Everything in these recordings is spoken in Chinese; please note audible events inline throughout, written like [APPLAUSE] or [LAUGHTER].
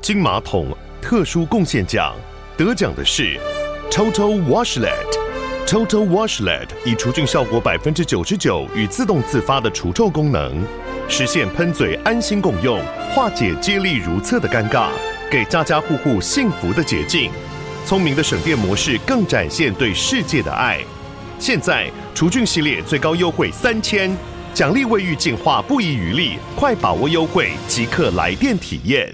金马桶特殊贡献奖，得奖的是 Toto Washlet。Toto Washlet 以除菌效果百分之九十九与自动自发的除臭功能，实现喷嘴安心共用，化解接力如厕的尴尬，给家家户户幸福的捷径。聪明的省电模式更展现对世界的爱。现在除菌系列最高优惠三千，奖励卫浴净化不遗余力，快把握优惠，即刻来电体验。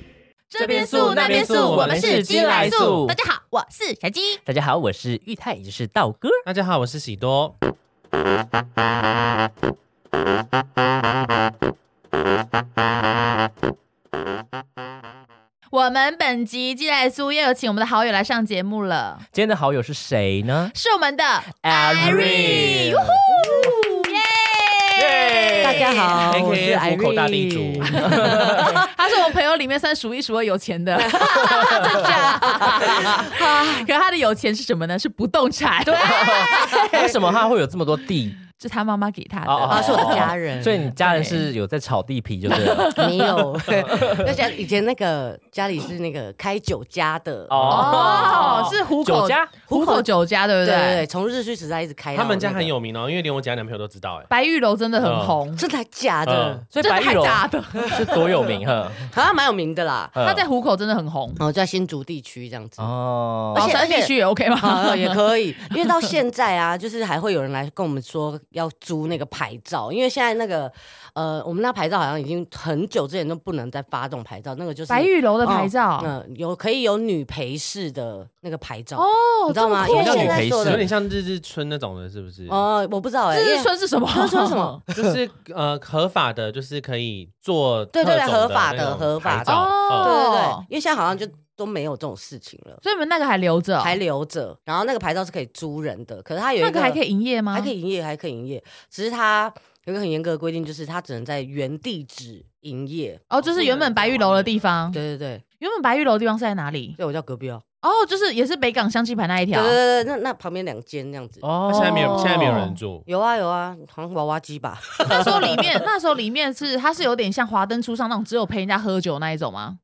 这边素那边素，我们是鸡来素。大家好，我是小鸡。大家好，我是玉泰，也就是道哥。大家好，我是喜多。我们本集鸡来素又有请我们的好友来上节目了，今天的好友是谁呢？是我们的 Irene 哟呼耶！大家好，我是 AKA 虎口大地 Irene 主，他是我朋友里面算数一数二有钱 [LAUGHS] 的，真假？可他的有钱是什么呢？是不动产，对， [LAUGHS] 为什么他会有这么多地？是他妈妈给他哦哦啊，的。是我的家 [LAUGHS] 人，所以你家人是有在炒地皮，就是了没有。而且以前那个家里是那个开酒家的，哦，是虎口酒家，虎口酒家，对对不对对，对？从日剧时代一直开到那他个。们家很有名哦，因为连我家男朋友都知道哎。白玉楼真的很红，真的还假的嗯？ [LAUGHS] 嗯真所以的白玉太楼大的，嗯是多有名呵。好像蛮有名的啦。呵他在虎口真的很红。哦，在新竹地区这样子。 [LAUGHS] 哦而宝且山地区也 OK 吗？啊，也可以，因为到现在啊，就是还会有人来跟我们说要租那个牌照，因为现在那个呃，我们那牌照好像已经很久之前都不能再发动牌照，那个就是白玉楼的牌嗯、照有可以有女陪侍的那个牌照，哦，你知道吗？因为这么酷现在所有是有的点像日日春那种的，是不是？哦、我不知道哎、这因是为村是什么？这是村什么？就是呃合法的，就是可以做对对对特种的合法的那种合法的牌照对哦嗯对对，因为现在好像就都没有这种事情了，所以你们那个还留着哦，还留着，然后那个牌照是可以租人的，可是它有一那个还可以营业吗？还可以营业，还可以营业，只是它有一个很严格的规定，就是它只能在原地址营业。哦，就是原本白玉楼的地方。对对对，原本白玉楼的地方是在哪里？对我叫隔壁哦。哦，就是也是北港香气牌那一对条对。对，对那那旁边两间这样子。哦那现在没有，现在没有人住。有啊有啊，好像娃娃机吧？那时候里面，那时候里面是它是有点像华灯初上那种，只有陪人家喝酒那一种吗？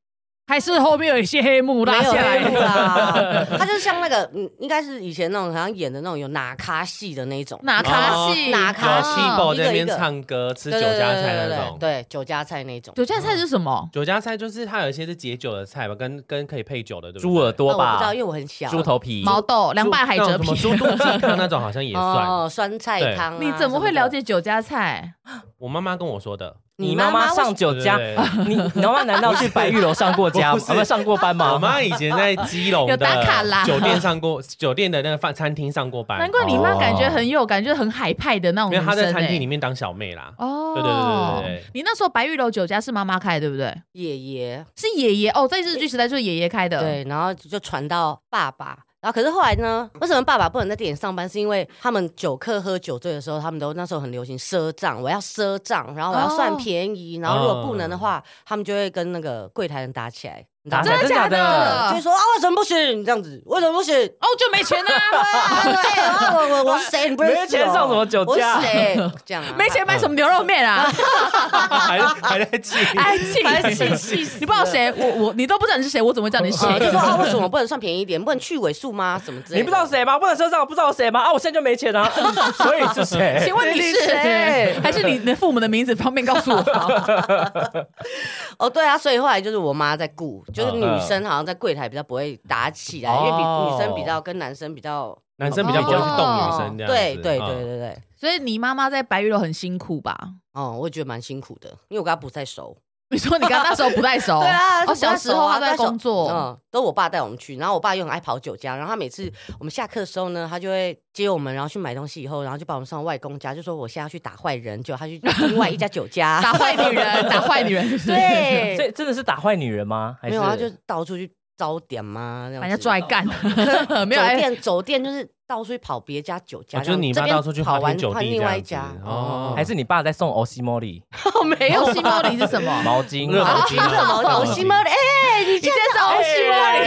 还是后面有一些黑幕拉没有下来黑幕的？啦，它就像那个，嗯，应该是以前那种好像演的那种有哪咖戏的那一种，哪卡哦戏？哪卡卡西戏宝一在个那边一个唱歌、吃对酒对对家对菜对那对种。对酒家菜那种。酒家菜是什么？酒家菜就是它有一些是解酒的菜吧，跟跟可以配酒的，对不对？猪耳那朵哦我不知吧道，，因为我很小。猪头皮，毛豆、凉拌海蜇那种皮。什么猪肚鸡汤那种好像也算。哦，酸菜对汤啊。你怎么会什的了？解酒家菜？我妈妈跟我说的，你妈妈上酒家，对你你妈妈难道去白玉楼上过家？ [LAUGHS] 不是我们上过班吗？我妈以前在基隆有打卡的啦酒店上过，酒店的那个饭餐厅上过班，难怪你妈哦感觉很有，感觉很海派的那种没女有生欸。她在餐厅里面当小妹啦。哦，对对对对对对你那时候白玉楼酒家是妈妈开的，对不对？爷爷是爷爷哦，在日剧时代就是爷爷开的。，对，然后就传到爸爸。然后可是后来呢？为什么爸爸不能在店里上班？是因为他们酒客喝酒醉的时候，他们都那时候很流行赊账，我要赊账，然后我要算便宜，然后如果不能的话，他们就会跟那个柜台人打起来，你知嗯打道吗起来真的假假的的？就会说啊为什么不行这样子，为什么不行？ [LAUGHS] 哦，就没钱啦，啊对啊我我我是谁？你不认哦识我没钱上什么酒我是驾 [LAUGHS] 谁？这样 [LAUGHS] 啊？没钱买什么牛肉面 [LAUGHS] 啊？还还在气，哎，气气气气死了你不知道谁，我我你都不知道你是谁，我怎么会叫你谁？ [LAUGHS] 哦啊就说啊，为什么不能算便宜一点？不能去尾数吗？什么之类你的？不知道谁吗？不能车上不知道谁吗？啊，我现在就没 [LAUGHS] 钱啊，所以是谁？请问你是 [LAUGHS] 谁还是你的父母的名字？方便告诉我吗？哦，对啊，所以后来就是我妈在顾，就是嗯女生好像在柜台比较不会打起来，因为哦比女生比较跟男生比较，哦男生比较不会去动女生这样子。对对对嗯对对。所以你妈妈在白玉楼很辛苦吧？哦，我也觉得蛮辛苦的，因为我跟她不太熟。你说你刚那时候不太 [LAUGHS] 熟，对啊，哦，小时候她她都在工作，嗯，都我爸带我们去，然后我爸又很爱跑酒家，然后他每次我们下课的时候呢，他就会接我们，然后去买东西，以后然后就把我们送到外公家，就说我现在要去打坏人，就他去另外一家酒家， [LAUGHS] 打坏女人，打坏女人，是不是，所对， [LAUGHS] 以真的是打坏女人吗？还没是有啊，就到处去招点嘛，这样把人家子拽干， [LAUGHS] 没有走哎。店走店就是到处去跑别家酒家，哦就是你这妈边到处去跑花完天酒换地另这外一样子家。哦，哦还是你爸在送欧西莫里 [LAUGHS] 没然有后西莫哎里是 [LAUGHS] 什么？毛巾？热毛巾热毛啊巾，哦热毛毛巾巾吗？哎，你你在找西莫哎里？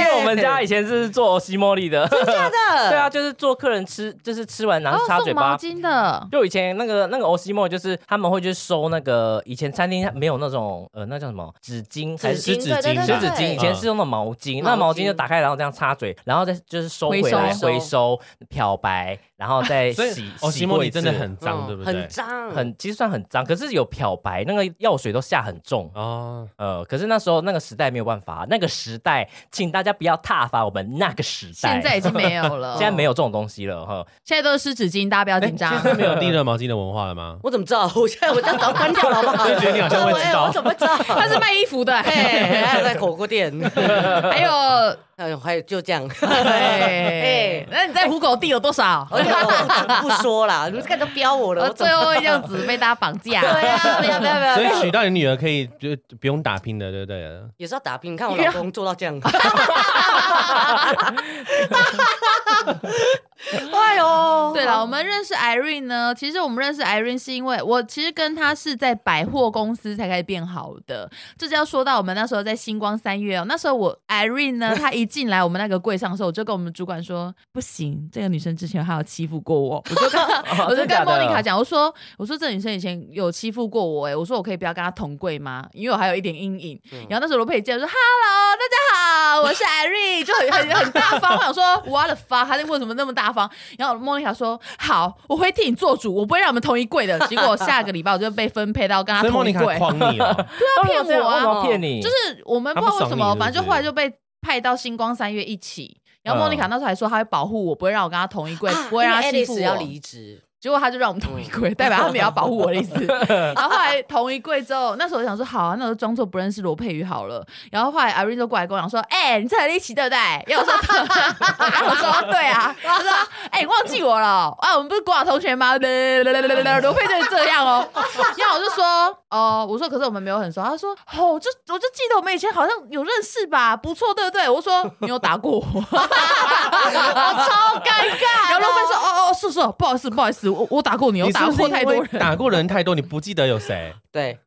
因为我们家以前是做西莫莉的，假的，对啊，，就是做客人吃，就是吃完然后哦，擦嘴送毛巴。巾的，就以前那个那个欧西莫，就是他们会去收那个以前餐厅没有那种呃那叫什么纸巾还是纸巾对对湿对对纸巾，以前是用的毛巾，那毛巾就打开然后这样擦嘴，然后再就是收回来回收回收漂白，然后再 [LAUGHS] 所以洗哦，洗西过莫一你次真的很嗯脏，对不对？很脏，很其实算很脏，可是有漂白那个药水都下很重。哦，呃，可是那时候那个时代没有办法，那个时代，请大家不要挞伐我们那个时代。现在已经没有了， [LAUGHS] 现在没有这种东西了哈。现在都是湿纸巾，大家不要紧张。现在没有地热毛巾的文化了吗？我怎么知道？ [LAUGHS] 我现在我这样早关掉了，好不 [LAUGHS] 好？我也觉得你好像会知对道我怎么 [LAUGHS] 知道？ [LAUGHS] 他是卖衣服的，哎，还有在火锅店， [LAUGHS] 还有，还有还有就这样。 [LAUGHS] 哎哎，那你在虎口地有多少？而且我不不说啦，你们这个都标我了，我我怎最么？后会这样子被大家绑架。哦对啊，不要不要不要不所以要，娶到你女儿可以就就不用打拼的，对不对？也是要打拼。你看我老公做到这样， [LAUGHS] 哎呦，对了，我们认识 Irene 呢，其实我们认识 Irene 是因为我其实跟她是在百货公司才开始变好的。这就要说到我们那时候在星光三月哦，那时候我 Irene 呢，她一进来我们那个柜上的时候，我就跟我们主管说，不行，这个女生之前还有欺负过我，我就跟 [LAUGHS] 哦我就 [LAUGHS] 真的跟假的莫妮卡讲，我说我说这女生以前有欺负过我、哎，我说我可以不要跟她同柜吗？因为我还有一点阴影。嗯然后那时候罗佩姐就说，Hello，大家好，我是 Irene，就很很很大方，我想说 What the fuck，她为什么那么大方？然后莫妮卡说，好，我会替你做主，我不会让我们同一柜的。结果下个礼拜我就被分配到跟她所以莫同妮一卡柜。诓你哦，他骗我啊骗你，就是我们不他知不道为什爽么，你反是正不就后来是就被派到星光三月一起。然后莫妮啊卡那时候还说她会保护我，不会让我跟她同一柜，啊不会让她欺负我。要离职，结果他就让我们同一柜，代表他们也要保护我的意思。然后后来同一柜之后，那时候我想说好啊，那我就装作不认识罗佩瑜好了。然后后来阿瑞就过来跟我讲说：“哎、你在和一起对不对？”然后我说：“ [LAUGHS] 然后我说对啊。”他说：“哎、你忘记我了啊？我们不是国小同学吗？”罗佩就是这样哦。然后我就说：“哦、我说可是我们没有很熟。”他说：“哦，我就我就记得我们以前好像有认识吧，不错，对不对？”我说：“你有打过我。”超尴尬然后然后罗佩分说：“手，哦哦，是是，不好意思，不好意思，我我打过你，我你是打不是过太多因人为。”打过人太多，你不记得有谁？ [LAUGHS] 对，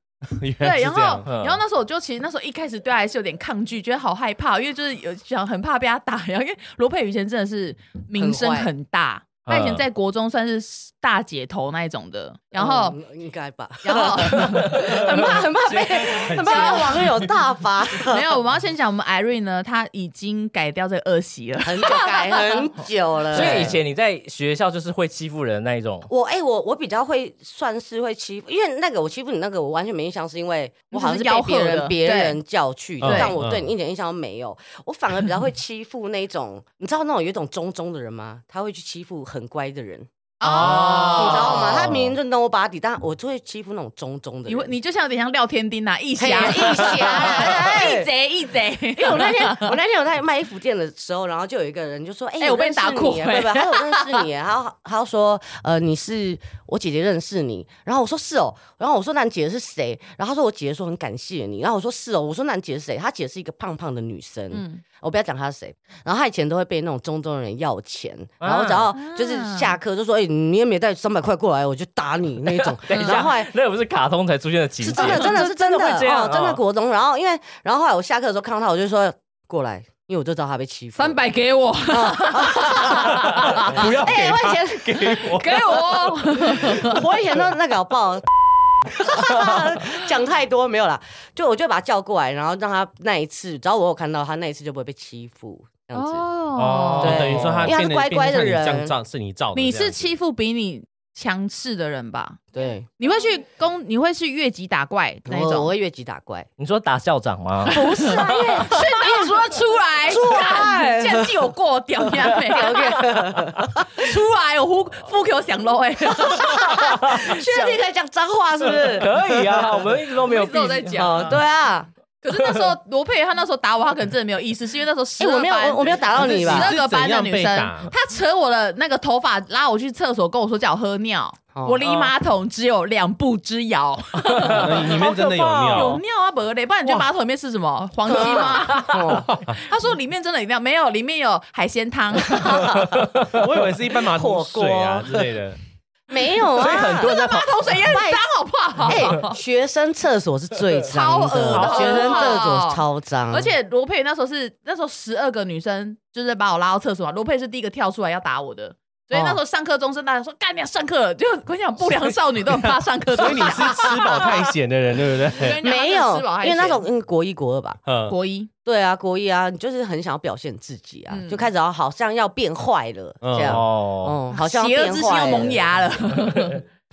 原 [LAUGHS] 来对， [LAUGHS] 是然后这样嗯然后那时候我就其实那时候一开始对他还是有点抗拒，觉得好害怕，因为就是有想很怕被他打，然后因为罗佩瑜以前真的是名声很坏很大，嗯他以前在国中算是大姐头那一种的，然后、嗯应该吧， [LAUGHS] 然 [LAUGHS] 后很怕很怕被很怕被网友大罚，没有，我们要先讲我们 Irene 呢，她已经改掉这个恶习了。 [LAUGHS] 很久改很久了，所以以。前你在学校就是会欺负人的那一种，我哎、我我比较会算是会欺负，因为那个我欺负你那个我完全没印象，是因为我好像是被别你只是吆喝的人别人叫去的，对但我对嗯你一点印象都没有。我反而比较会欺负那种，你知道那种有一种中中的人吗？他会去欺负很乖的人，哦 [LAUGHS] 你知道吗？哦他明明就 nobody，但我就会欺负那种中中的你会人。你就像有点像廖天丁呐、啊，义侠嘿义侠 [LAUGHS] 哎义贼义贼，因为我那天，我那天有在卖衣服店的时候，然后就有一个人就说：“哎、哎我被认识你打过你耶哎对吧？”他说：“我认识你耶。”然后他就说：“呃，你是我姐姐认识你。”然后我说：“是哦。”然后我说：“那你姐姐是谁？”然后他说：“我姐姐说很感谢你。”然后我说：“是哦。”我说：“那你姐姐是谁？”她姐是一个胖胖的女生， [LAUGHS] 嗯我不要讲她是谁。然后她以前都会被那种中东人要钱，然后啊只要就是下课就说：“哎、你也没带三百块过来，我就打你那一种。”等一然后后来下，那个不是卡通才出现的情是节，真的，真的 [LAUGHS] 是真的，会这样，哦真啊的哦国中。然后因为，然后后来我下课的时候看到他，我就说过来，因为我就知道他被欺负。三百给我 [LAUGHS] 不要给哎，我以他前给我。给 [LAUGHS] 我，我以前都那个好不好？ [LAUGHS] 讲太多没有啦，就我就把他叫过来，然后让他那一次，只要我有看到他那一次就不会被欺负，这样子。哦哦，对等于说他因为他是变得乖乖的变成像你人这样照是你照的这样你子，是欺负比你强势的人嗯吧？对，你会去攻，你会去越级打怪那一我哦 [LAUGHS] 我种？会越级打怪，你说打校长 [LAUGHS] 吗？不是啊，因为训导主任出 [LAUGHS] 来，出 [LAUGHS] 来，竟然记我过，屌你啊妹！ [LAUGHS] 出来，我呼呼 Q 想 low [LAUGHS] 哎，哦确定可以讲脏话是不是？可 [LAUGHS] 以啊，我们一直都没有我一直都在避讲哦，对啊，可是那时候罗佩他那时候打我，他可能真的没有意思，是因为那时候十哎，我二没有，班我我没有打到你十吧？二个班的女是怎生样被打，她扯我的那个头发，拉我去厕所，跟我说叫我喝尿。哦我离马桶只有两步之遥，嗯里面真的有好可怕有尿，尿啊，不嘞，不然你觉得马桶里面是什么黄鸡吗？哦他说里面真的饮料没有，里面有海鲜汤。 [LAUGHS] 我以为是一般马桶火锅水啊之类的。[LAUGHS] 没有啊，所以很多人在跑马。桶水也很脏，好不好？哎、学生厕所是最脏超恶的的，好学生厕不好所超脏，而且罗佩那时候是那时候十二个女生就是把我拉到厕所嘛，罗佩是第一个跳出来要打我的，所以那时候上课钟声大家说干你娘上课了，就我跟你讲不良少女都很怕上课钟所以声，[LAUGHS] 你是吃饱太闲的人，对不对？我跟你讲没她真有的吃饱，还因为那闲种嗯国一国二吧，嗯，国一对啊，国一啊，你就是很想要表现自己啊，嗯就开始要好像要变坏了、嗯这样，哦哦、好像要邪恶变之心坏又萌了。芽了，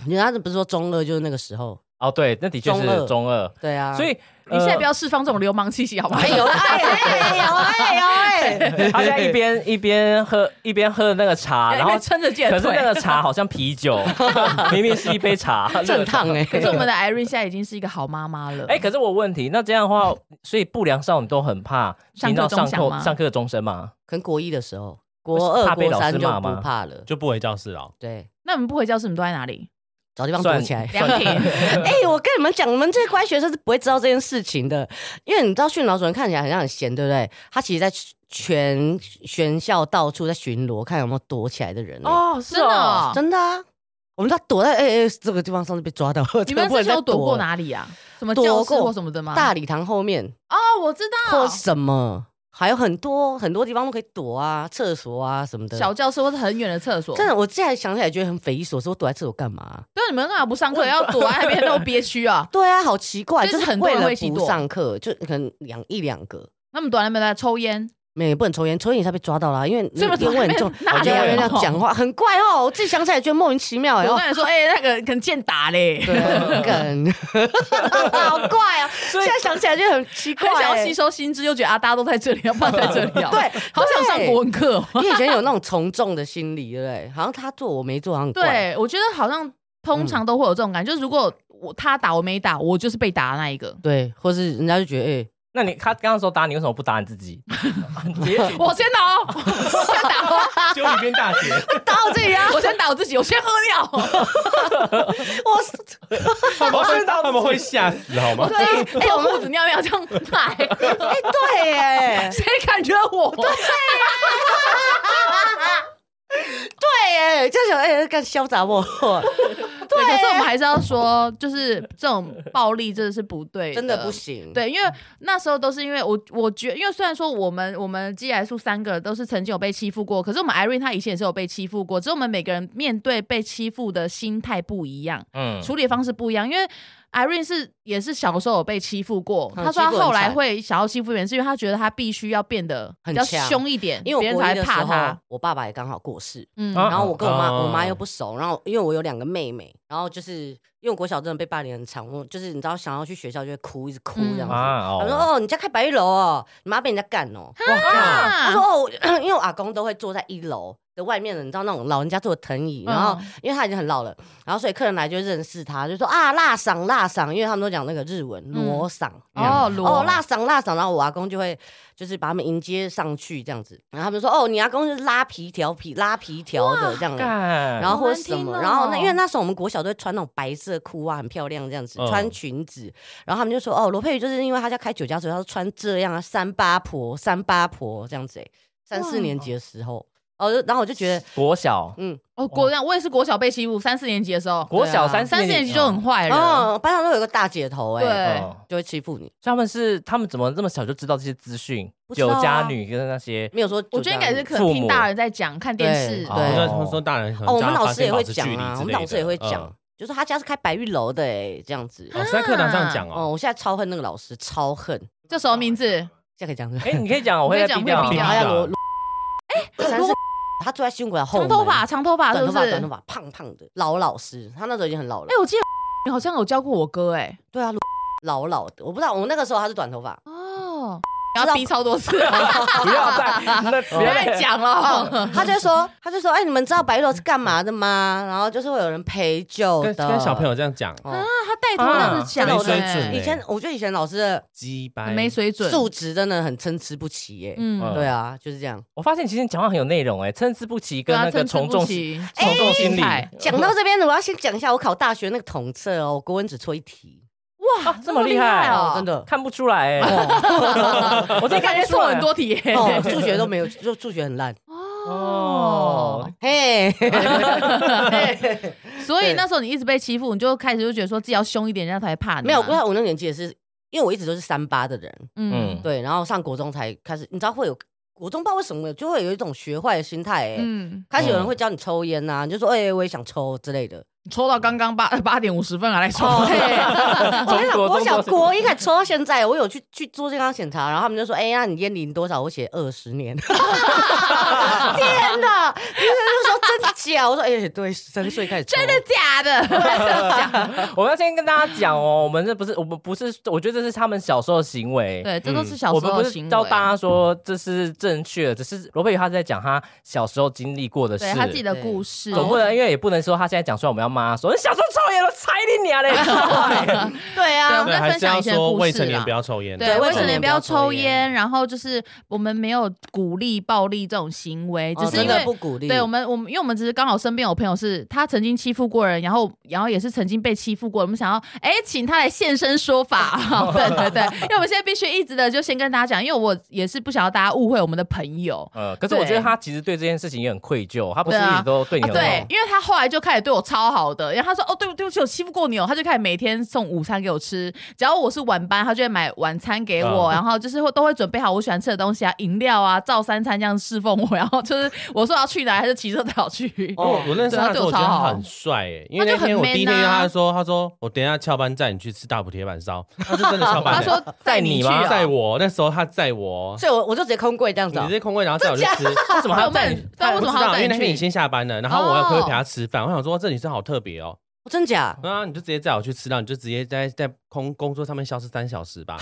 人家不是说中二就是那个时候，哦，对，那的确中是二中二，对啊，所以呃你现在不要，要释放这种流氓气息好吗？哎 [LAUGHS] 有哎哎有哎有 [LAUGHS] 哎，他现在 [LAUGHS] 一边一边喝一边喝那个茶，啊然后因为 [LAUGHS] 撑着自己可的是那腿。个茶好像啤酒， [LAUGHS] 明明是一杯茶，正烫啊哎、可是我们的 Irene 现在已经是一个好妈妈了，哎、可是我问题，那这样的话，所以不良少女都很怕听到上上课钟响课吗上课钟声嘛？可能国一的时候，国二怕被国老师三就骂吗不怕了，就不回教室了。对，那你们不回教室，你们都在哪里？找地方躲算起来。凉算亭。 [LAUGHS] 哎、我跟你们讲，我们这些乖学生是不会知道这件事情的，因为你知道训导主任看起来好像很闲，对不对？他其实在全全校到处在巡逻，看有没有躲起来的人、哦，哦，真的哦真的啊，我们他躲在哎哎、这个地方上次被抓到，你这个们不之能前再有躲过了？哪里啊？什么躲教室过或什么的吗？大礼堂后面哦，我知道或，什么，还有很多很多地方都可以躲啊，厕所啊什么的。小教室或是很远的厕所。真的，我现在想起来觉得很匪夷所思，我躲在厕所干嘛？对，你们干嘛不上课，要躲在那边那么憋屈啊？对啊，好奇怪，就是就是很多人为了会一起不躲上课，就可能两一两个，那么短那边在抽烟，没有也不能抽烟，抽烟一下被抓到了啊，因为这么烟味很重， [LAUGHS] 那就有人要哦讲话，很怪哦。我自己想起来觉得莫名其妙，然我后跟你说，哎、那个可能健达嘞，对，梗， [LAUGHS] 好 [LAUGHS] 怪啊！现在想起来就很奇很怪想要欸吸。收新知，又觉得啊，大家都在这里，要放在这里啊，对，好想上国文课、哦。你以前有那种从众的心理，对不对？好像他做我没做，好像很怪。对，我觉得好像通常都会有这种感觉，就是如果我他打我没打，我就是被打的那一个。对，或是人家就觉得哎， [LAUGHS] 那你他刚刚说打你，为什么不打你自 [LAUGHS] 己？也许我先打哦，我先打哦，就一边大姐， [LAUGHS] 到这里啊，我先打我自己，我先喝尿。我是他们会 [LAUGHS] 他们会吓死好 [LAUGHS] 吗？对，哎、我裤子尿尿这样来，哎， [LAUGHS] 对耶，谁敢惹我？对耶，就想哎，干潇洒 [LAUGHS] 我，对，可是我们还是要说，就是这种暴力真的是不对，真的不。行。，对，因为那时候都是因为我，我觉因为虽然说我们我们基来素三个都是曾经有被欺负过，可是我们 Irene 她以前也是有被欺负过，只是我们每个人面对被欺负的心态不一样，嗯，处理方式不一样。因为 Irene 是也是小时候有被欺负过，嗯她说她欺负很后来惨会想要欺负别人，是因为她觉得她必须要变得比很较强凶一点，因为别人我国才一会的时怕候她。，我爸爸也刚好过世，嗯，啊然后我跟我妈，哦我妈又不熟，然后因为我有两个妹妹，然后就是因为我国小真的被霸凌很惨，我就是你知道想要去学校就会哭，一直哭这样嗯子。啊我说哦，哦，你家开白玉楼哦，你妈被人家干哦。哇，她啊说哦， [CLEARS THROAT] 我因为我阿公都会坐在一楼的外面的，你知道那种老人家坐的藤椅，然后嗯因为他已经很老了，然后所以客人来就认识他，就说啊辣嗓辣嗓，因为他们都讲那个日文嗯罗嗓哦罗哦辣嗓辣嗓，然后我阿公就会就是把他们迎接上去这样子，然后他们说哦你阿公就是拉皮条皮拉皮条的这样子。哎干，然后好或难者什听么，哦然后那因为那时候我们国小都会穿那种白色裤袜，很漂亮这样子，嗯穿裙子，然后他们就说哦，罗佩瑜就是因为他家开酒家，所以他穿这样啊，三八婆，三八婆这样子、欸，三哇四年级的时候，哦，就然后我就觉得国小哦，国小我也是国小被欺负，三四年级的时候，国小对啊三三四年级就很哦坏人。哦，班上都有个大姐头哎、对哦就会欺负你，所以他们是他们怎么这么小就知道这些资讯？不知道酒啊家女跟那些没有说酒家我觉得应该是可父能母听大人在讲，看电视。对哦我说说大人可能哦，我们叫他老发师也现保会持讲距离啊，之我们类老师也的嗯会讲，。就说他家是开白玉楼的哎、欸，这样子嗯，哦，是在课堂上讲哦，哦。我现在超恨那个老师，超恨，叫什么名字？现在可以讲是不是哎、你可以讲，我可以会再讲逼会 [LAUGHS] 掉。逼然掉后啊要罗罗，哎，三是他坐在新闻鬼的后长门头发，长头发是短不头是？发，短头哎，发，胖胖的，老老师，他那时候已经很老了，我记得你好像有教过我哥，哎，对啊，老老的，我不知道，我那个时候他是短头发， [LAUGHS] 哦，知道要逼超多次， [LAUGHS] 不要再那 [LAUGHS] 不不要要再再讲了。哦他就说，他就说，哎，你们知道白玉楼是干嘛的吗？然后就是会有人陪酒跟的，跟小朋友这样讲，哦。他带头这样子讲啊没的水准哎，以前我觉得以前老师的鸡掰，没水准。素质真的很参差不齐耶，嗯，对啊，就是这样。我发现其实你讲话很有内容、哎，参差不齐对跟啊，那个参差从不众心齐从众心理哎嗯讲到这边，我要先讲一下我考大学那个统测哦，我国文只错一题，哇，啊这么厉害哦哦，真的。看不出来、哎，我我 [LAUGHS] 真这的看感不觉出错来很多题耶。哦 [LAUGHS] 哦，数学都没有，就数学很烂。哦哦哦， [LAUGHS] 嘿， [LAUGHS] 所以对那时候你一直被欺负，你就开始就觉得说自己要凶一点，人家才会怕你嘛。没有，我我那个年纪也是，因为我一直都是三八的人，嗯对，然后上国中才开始，你知道会有国中不知道为什么就会有一种学坏的心态、欸，嗯，开始有人会教你抽烟呐、你就说哎、我也想抽之类的。抽到刚刚八八点五十分还来抽， [LAUGHS] 哦， [LAUGHS] 对，我跟你讲，从国中我小抽国一开始抽到现在，我有去去做健康检查，然后他们就说，哎、那你烟龄多少？我写二十年。 [LAUGHS] 天哪！医生就说真假？我说哎、对，三岁开始抽，真的假的？嗯我要先跟大家讲哦，我们这不是我们不是，我觉得这是他们小时候的行为。对，这都是小我时们候不的行是为。教大家说这是正确的，只是罗佩宇他是在讲他小时候经历过的事对。他自己的对故事，[LAUGHS] 总不能因为也不能说他现在讲出来，我们要骂他说你小时候抽烟，我踩你娘嘞！ [LAUGHS] 对对，我啊们对，在还分是享要一些说故未事成年啦不。要抽烟。对，未未成成年年不不要要抽抽烟，烟然后就是我们没有鼓励暴力这种行为，只哦是真因为、的不鼓励。对我们，我们因为我们只是刚好身边有朋友是他曾经欺负过人，然后然后也是曾经被欺负过，我们想要哎，请他来现身说法。 [LAUGHS] 对对对，因为我们现在必须一直的就先跟大家讲，因为我也是不想要大家误会我们的朋友。呃，可是我觉得他其实对这件事情也很愧疚，他不是一直都对你啊，很好。对，因为他后来就开始对我超好的，然后他说：“哦，对不对不起，我欺负过你哦。”他就开始每天送午餐给我吃，只要我是晚班，他就会买晚餐给我，嗯然后就是会都会准备好我喜欢吃的东西啊，饮料啊，照三餐这样侍奉我，然后就是我说要去哪，他就骑车带我去。哦，我认识他的时候，我觉得他很帅诶，因为那天我第一啊天跟他说，他说我等一下翘班载你去吃大补铁板烧，他是真的翘班 [LAUGHS] 他 [LAUGHS] 欸。说带带你你去吗啊载我，那时候他载我，所以我我就直接空柜这样你子哦、直接空位，然后载我去吃，为什么还要载你？对为什么哎我不知道还要载你因为那去天你先下班了，然后我要陪他吃饭，我想说这女生好特别哦，真假？啊，你就直接载我去吃，然后你就直接在在空工作上面消失三小时吧。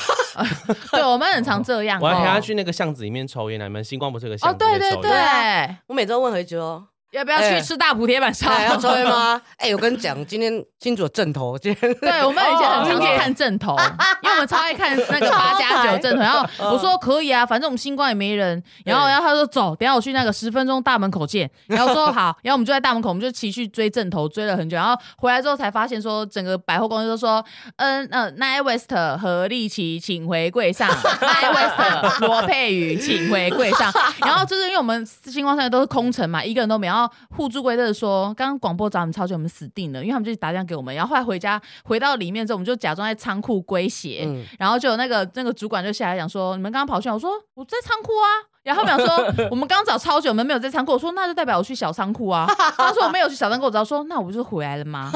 对，我们很常这样。 [LAUGHS] 我还陪他哦去那个巷子里面抽烟呢，啊你们星光不是有个哦，巷子里对面对抽对烟？，我每周问回去哦，要不要去哎吃大补铁板烧？[LAUGHS] 哎，要抽烟吗？哎、我跟你讲，今天金主有正头，今天对，我们以前很常去哦看正头， [LAUGHS] 因为我们超爱看 [LAUGHS] 那个八加九正头。然后嗯我说可以啊，反正我们星光也没人。然后，对然后他说走，等一下我去那个十分钟大门口见。然后说好，然后我们就在大门口，我们就骑去追正头，追了很久。然后回来之后才发现说，整个百货公司都说，嗯呃，Nine West 何丽琪，请回柜上；Nine West [LAUGHS] 罗佩宇，请回柜上。然后就是因为我们星光三月都是空城嘛，一个人都没有。然后互助规则说，刚刚广播找你们超久，我们死定了，因为他们就打电话给我们。然后后来回家回到里面之后，我们就假装在仓库归鞋，嗯然后就有那个那个主管就下来讲说，你们刚刚跑去哪？我说我在仓库啊。然后他们讲说，我们刚找超久，我们没有在仓库。我说那就代表我去小仓库啊。他说我没有去小仓库，我只要说那我不是回来了吗？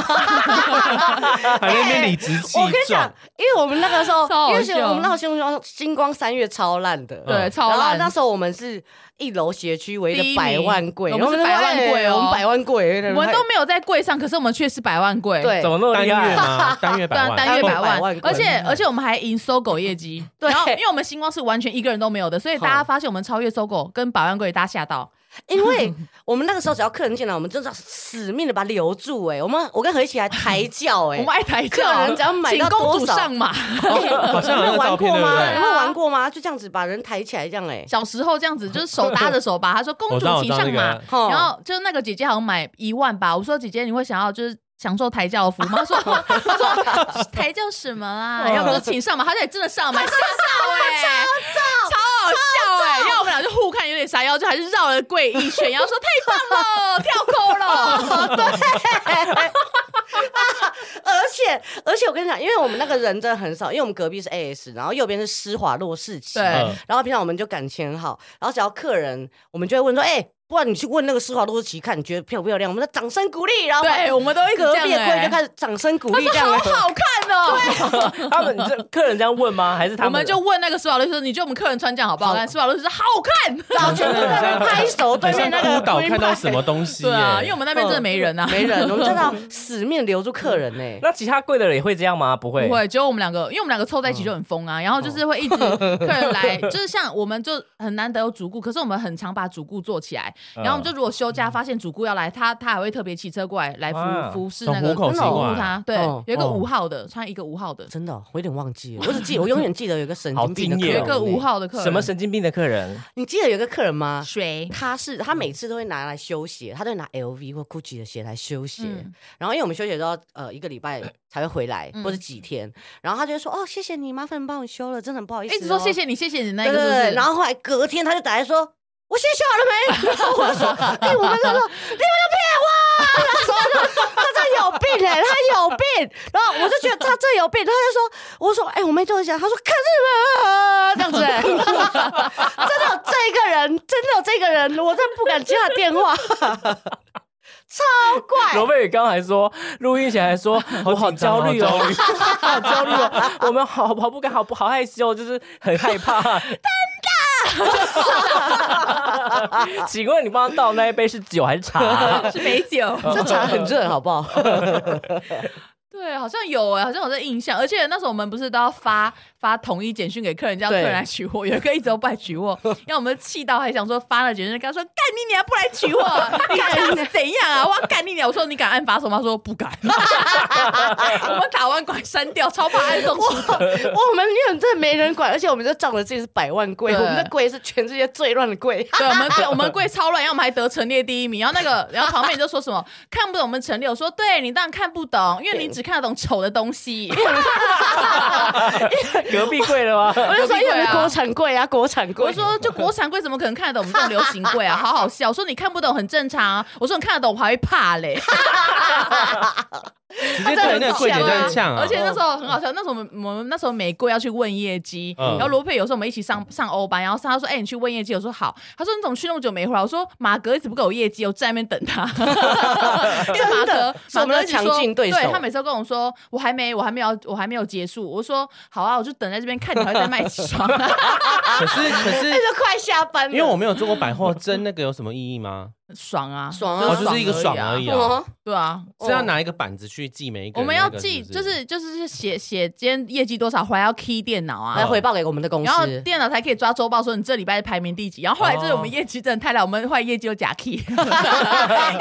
还在那边理直 [LAUGHS] 气我跟你壮讲。，因为我们那个时候超好，因笑为其实我们那时候星光星光三月超烂的，对，嗯超然后烂。那时候我们是一楼斜区围第一着百万柜，名我们是然后百万柜哎哦我们百万柜，我们都没有在柜上，可是我们却是百万柜。对怎么那么单厉月害？吗？单月对百啊，万，哦单月百百万万，而柜且而且我们还赢搜狗业绩， [LAUGHS] 对然后因为我们星光是完全一个人都没有的，所以大家发现我们超越搜狗跟百万柜，大家吓到。因为我们那个时候只要客人进来，我们就是要死命的把他留住。哎，我们我跟何一起还抬轿， [LAUGHS] 我哎们，爱抬轿，客人只要买请到公主多少上马。 [LAUGHS] 好像 [LAUGHS] 你有那有个照玩过片，对不吗？对你？们有玩过吗？就这样子把人抬起来，这样哎，小时候这样子，就是手搭着手吧。他说：“公我主知道请我知道上那马个。吼然后就是那个姐姐好像买一万吧，我说姐姐你会想要就是享受抬轿服吗？她 [LAUGHS] 说她说抬轿什么啊？然后我说请上马，她说你真的上 [LAUGHS] 马，吓到哎，超好笑哎，然后我们俩就互看有点傻腰，就还是绕了跪一圈，然后说太棒了，跳空了， [LAUGHS] [LAUGHS] 而且而且我跟你讲，因为我们那个人真的很少，因为我们隔壁是 AS，然后右边是施华洛世奇，对嗯然后平常我们就感情很好，然后只要客人，我们就会问说，哎、不然你去问那个施华洛世奇看，你觉得漂不漂亮？我们在掌声鼓励，然后哦对，我们都一直隔这壁样的柜哎就，开始掌声鼓励这 [LAUGHS] 样好哎。好看哦。 [LAUGHS] 他们这客人这样问吗？还是他我们们就问那个施瓦洛说：“你觉得我们客人穿这样好不好看？”施瓦洛就说：“好看。”然后全部在那边拍手，对很面像那个孤岛 green 看到 pie 什么东西 [LAUGHS] 耶？对啊，因为我们那边真的没人啊， [LAUGHS] 没人，我们真 [LAUGHS] 的要死命留住客人呢、欸那其他贵的人也会这样吗？不会，不会，只有我们两个，因为我们两个凑在一起就很疯啊，然后就是会一直客人来，就是像我们就很难得有主顾，可是我们很常把主顾做起来，嗯然后我们就如果休假发现主顾要来，他他还会特别骑车过来来哇服服侍那个从虎口服骑务过来他，对哦，有一个哦五号的，穿一个五号的，真的哦、我有点忘记了，我只记我永远记得有一个神经病的好客敬业人哦有欸，一个五号的客人，什么神经病的客人？你记得有一个客人吗？谁？他是他每次都会拿来修鞋，他都会拿 LV 或 GUCCI 的鞋来修鞋。嗯然后因为我们休息都要呃一个礼拜才会回来，或者几天，然后他就会说哦谢谢你，麻烦你帮我修了，真的很不好意思、哦一直说谢。谢你，谢谢你那 [LAUGHS] 对个对是不对，是，然后后来隔天他就打来说我先修好了没？然后我就说，哎、我们就说你们都骗我，然后说他这有病哎、他有病。然后我就觉得他这有病，他就说，我说哎、我没做一下，他说可是呃这样子、哎真的有这一个人，真的有这个人，我真的不敢接他电话，超怪。罗贝宇刚还说，录音前还说，我好焦虑哦， [LAUGHS] 好焦虑哦，我们好好不敢，好不好害羞，哦就是很害怕。真的？ [LAUGHS] 请问你帮他倒那一杯是酒还是 [LAUGHS] 茶 [LAUGHS] 啊、是美酒。这茶很热，好不好？对，好像有哎、好像有这印象。而且那时候我们不是都要发发统一简讯给客人，叫客对人来取货。有一个一直都不来取 [LAUGHS] 货，然后我们气到还想说发了简讯，跟他说干你娘不来取货，你敢是怎样啊？我要干你娘！我说你敢按罚手吗？他说不敢。 [LAUGHS] 我们打完管删掉，超怕按送出的。 [LAUGHS] 我们因为真的没人管，而且我们就仗着自己是百万 [LAUGHS] 柜，对我们的柜是全世界最乱的柜。对，我们柜我们柜超乱，然后我们还得陈列第一名，然后那个然后旁边就说什么看不懂我们陈列，我说对你当然看不懂，因为你只看得懂丑的东西。隔壁柜了吗？ [LAUGHS] 我就说，隔壁因柜啊为我们是国产柜啊，国产柜。我说就国产柜怎么可能看得懂我们这种流行柜啊？好好笑，我说你看不懂很正常、啊，我说你看得懂我还会怕嘞。直接对那个柜姐这样呛啊！而且那时候很好笑，那时候我们我们那时候玫瑰要去问业绩，嗯然后罗佩有时候我们一起上上欧班，然后上他说：“哎、你去问业绩。”我说：“好。”他说：“你怎么去那么久没回来？”我说：“马格一直不给我业绩，我站在那边 [LAUGHS] 等他。”因为马格是马我们格的一直说强劲对手对他每次都跟我说：“我还没，我还没有，我还没有结束。”我说：“好啊，我就等在这边看你还会再卖啊几双。 [LAUGHS] 可是可是那，就快下班了，因为我没有做过百货针，那个有什么意义吗？”爽啊，爽啊哦，我就是一个爽而已 [LAUGHS] 啊。哦对啊，是要拿一个板子去记每一个我人们那个。要记，不就是就是写写今天业绩多少，回来要 key 电脑啊哦来。回报给我们的公然后司。电脑才可以抓周报，说你这礼拜排名第几。然后后来就是哦我们业绩真的太烂，我们后来业绩有假 [LAUGHS] key。然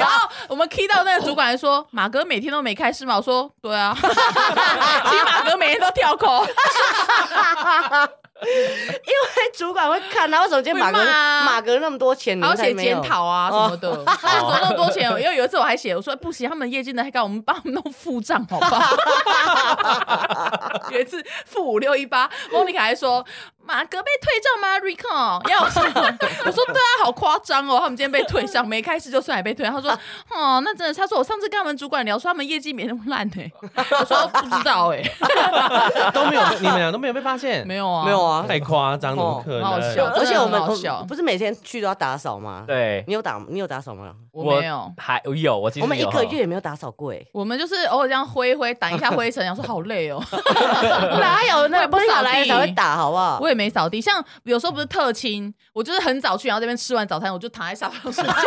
后我们 key 到那个主管还说：“马哥每天都没开市嘛？”我说：“对啊， [LAUGHS] 其实马哥每天都跳空。因为主管会看，然后总监马格会骂啊马格那么多钱，”你还要们才写嗯没有哦检。讨啊什么 [LAUGHS] 的，他说怎么那么多钱？哦因为有一次我还写，我说不行，他们业绩呢还搞我们帮他们弄付账，好不 [LAUGHS] 好？有一次负五六一八，莫妮卡还说马格被退账吗？Recon 要我说，我说对啊，好夸张哦，他们今天被退账，没开始就算也被退。他说哦，那真的，他说我上次跟他们主管聊，说他们业绩没那么烂呢、我说不知道哎、啊都没有，你们俩都没有被发 [LAUGHS] 现，没有啊，没有啊，太夸张，怎么可哦好笑能？而且我真们的很好笑不是每天去都要打扫吗？，对，你有打你有打扫吗？我没有。还有我其实我们一有个 [LAUGHS] 月也没有打扫过，哎我们就是偶尔这样挥一挥，掸一 [LAUGHS] 下灰尘，然后说好累哦。哪有我也那不不扫扫来地才会打，好不好？我也没扫地，像有时候不是特清，我就是很早去，然后这边吃完早餐，我就躺在沙发上睡觉。 [LAUGHS]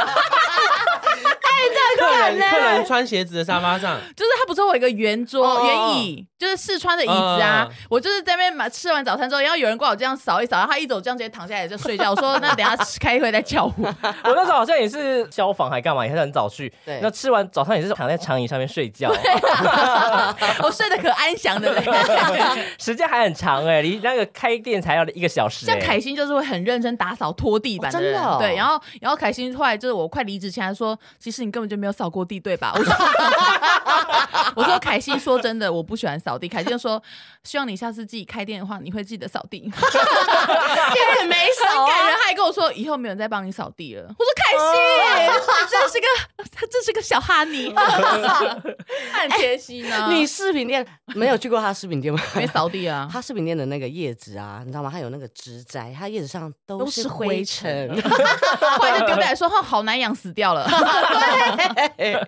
客人客人穿鞋子的沙发上，就是他不是会有一个圆桌、哦圆椅，就是试穿的椅子啊嗯。我就是在那边买吃完早餐之后，然后有人过来我这样扫一扫，然后他一走这样直接躺下来就睡觉。我说那等一下开会再叫 [LAUGHS] 我。我啊那时候好像也是消防还干嘛，也是很早去。对那吃完早上也是躺在长椅上面睡觉，我睡得可安详的嘞。 [LAUGHS] 时间还很长哎、离那个开店才要一个小时、像欸。凯欣就是会很认真打扫拖地板哦真人，的哦对。然后然后凯欣后来就是我快离职前还说，其实你根本就没有扫过地，对吧？我说 [LAUGHS] 我说凯欣说真的，我不喜欢扫地。凯欣就说，希望你下次自己开店的话，你会记得扫 [LAUGHS] 地。 [LAUGHS] 也没扫很感啊人，。他还跟我说以后没有人再帮你扫地了。我说凯欣，你真是个，他真是个小哈尼， [LAUGHS] 他很贴心呢。哎你饰品店没有去过他饰品 [LAUGHS] 店吗？没扫地啊？他饰品店的那个叶子啊，你知道吗？它有那个植栽，它叶子上都都是是灰灰尘。后来就丢下来说，哼，好难养，死掉了。 [LAUGHS] [LAUGHS]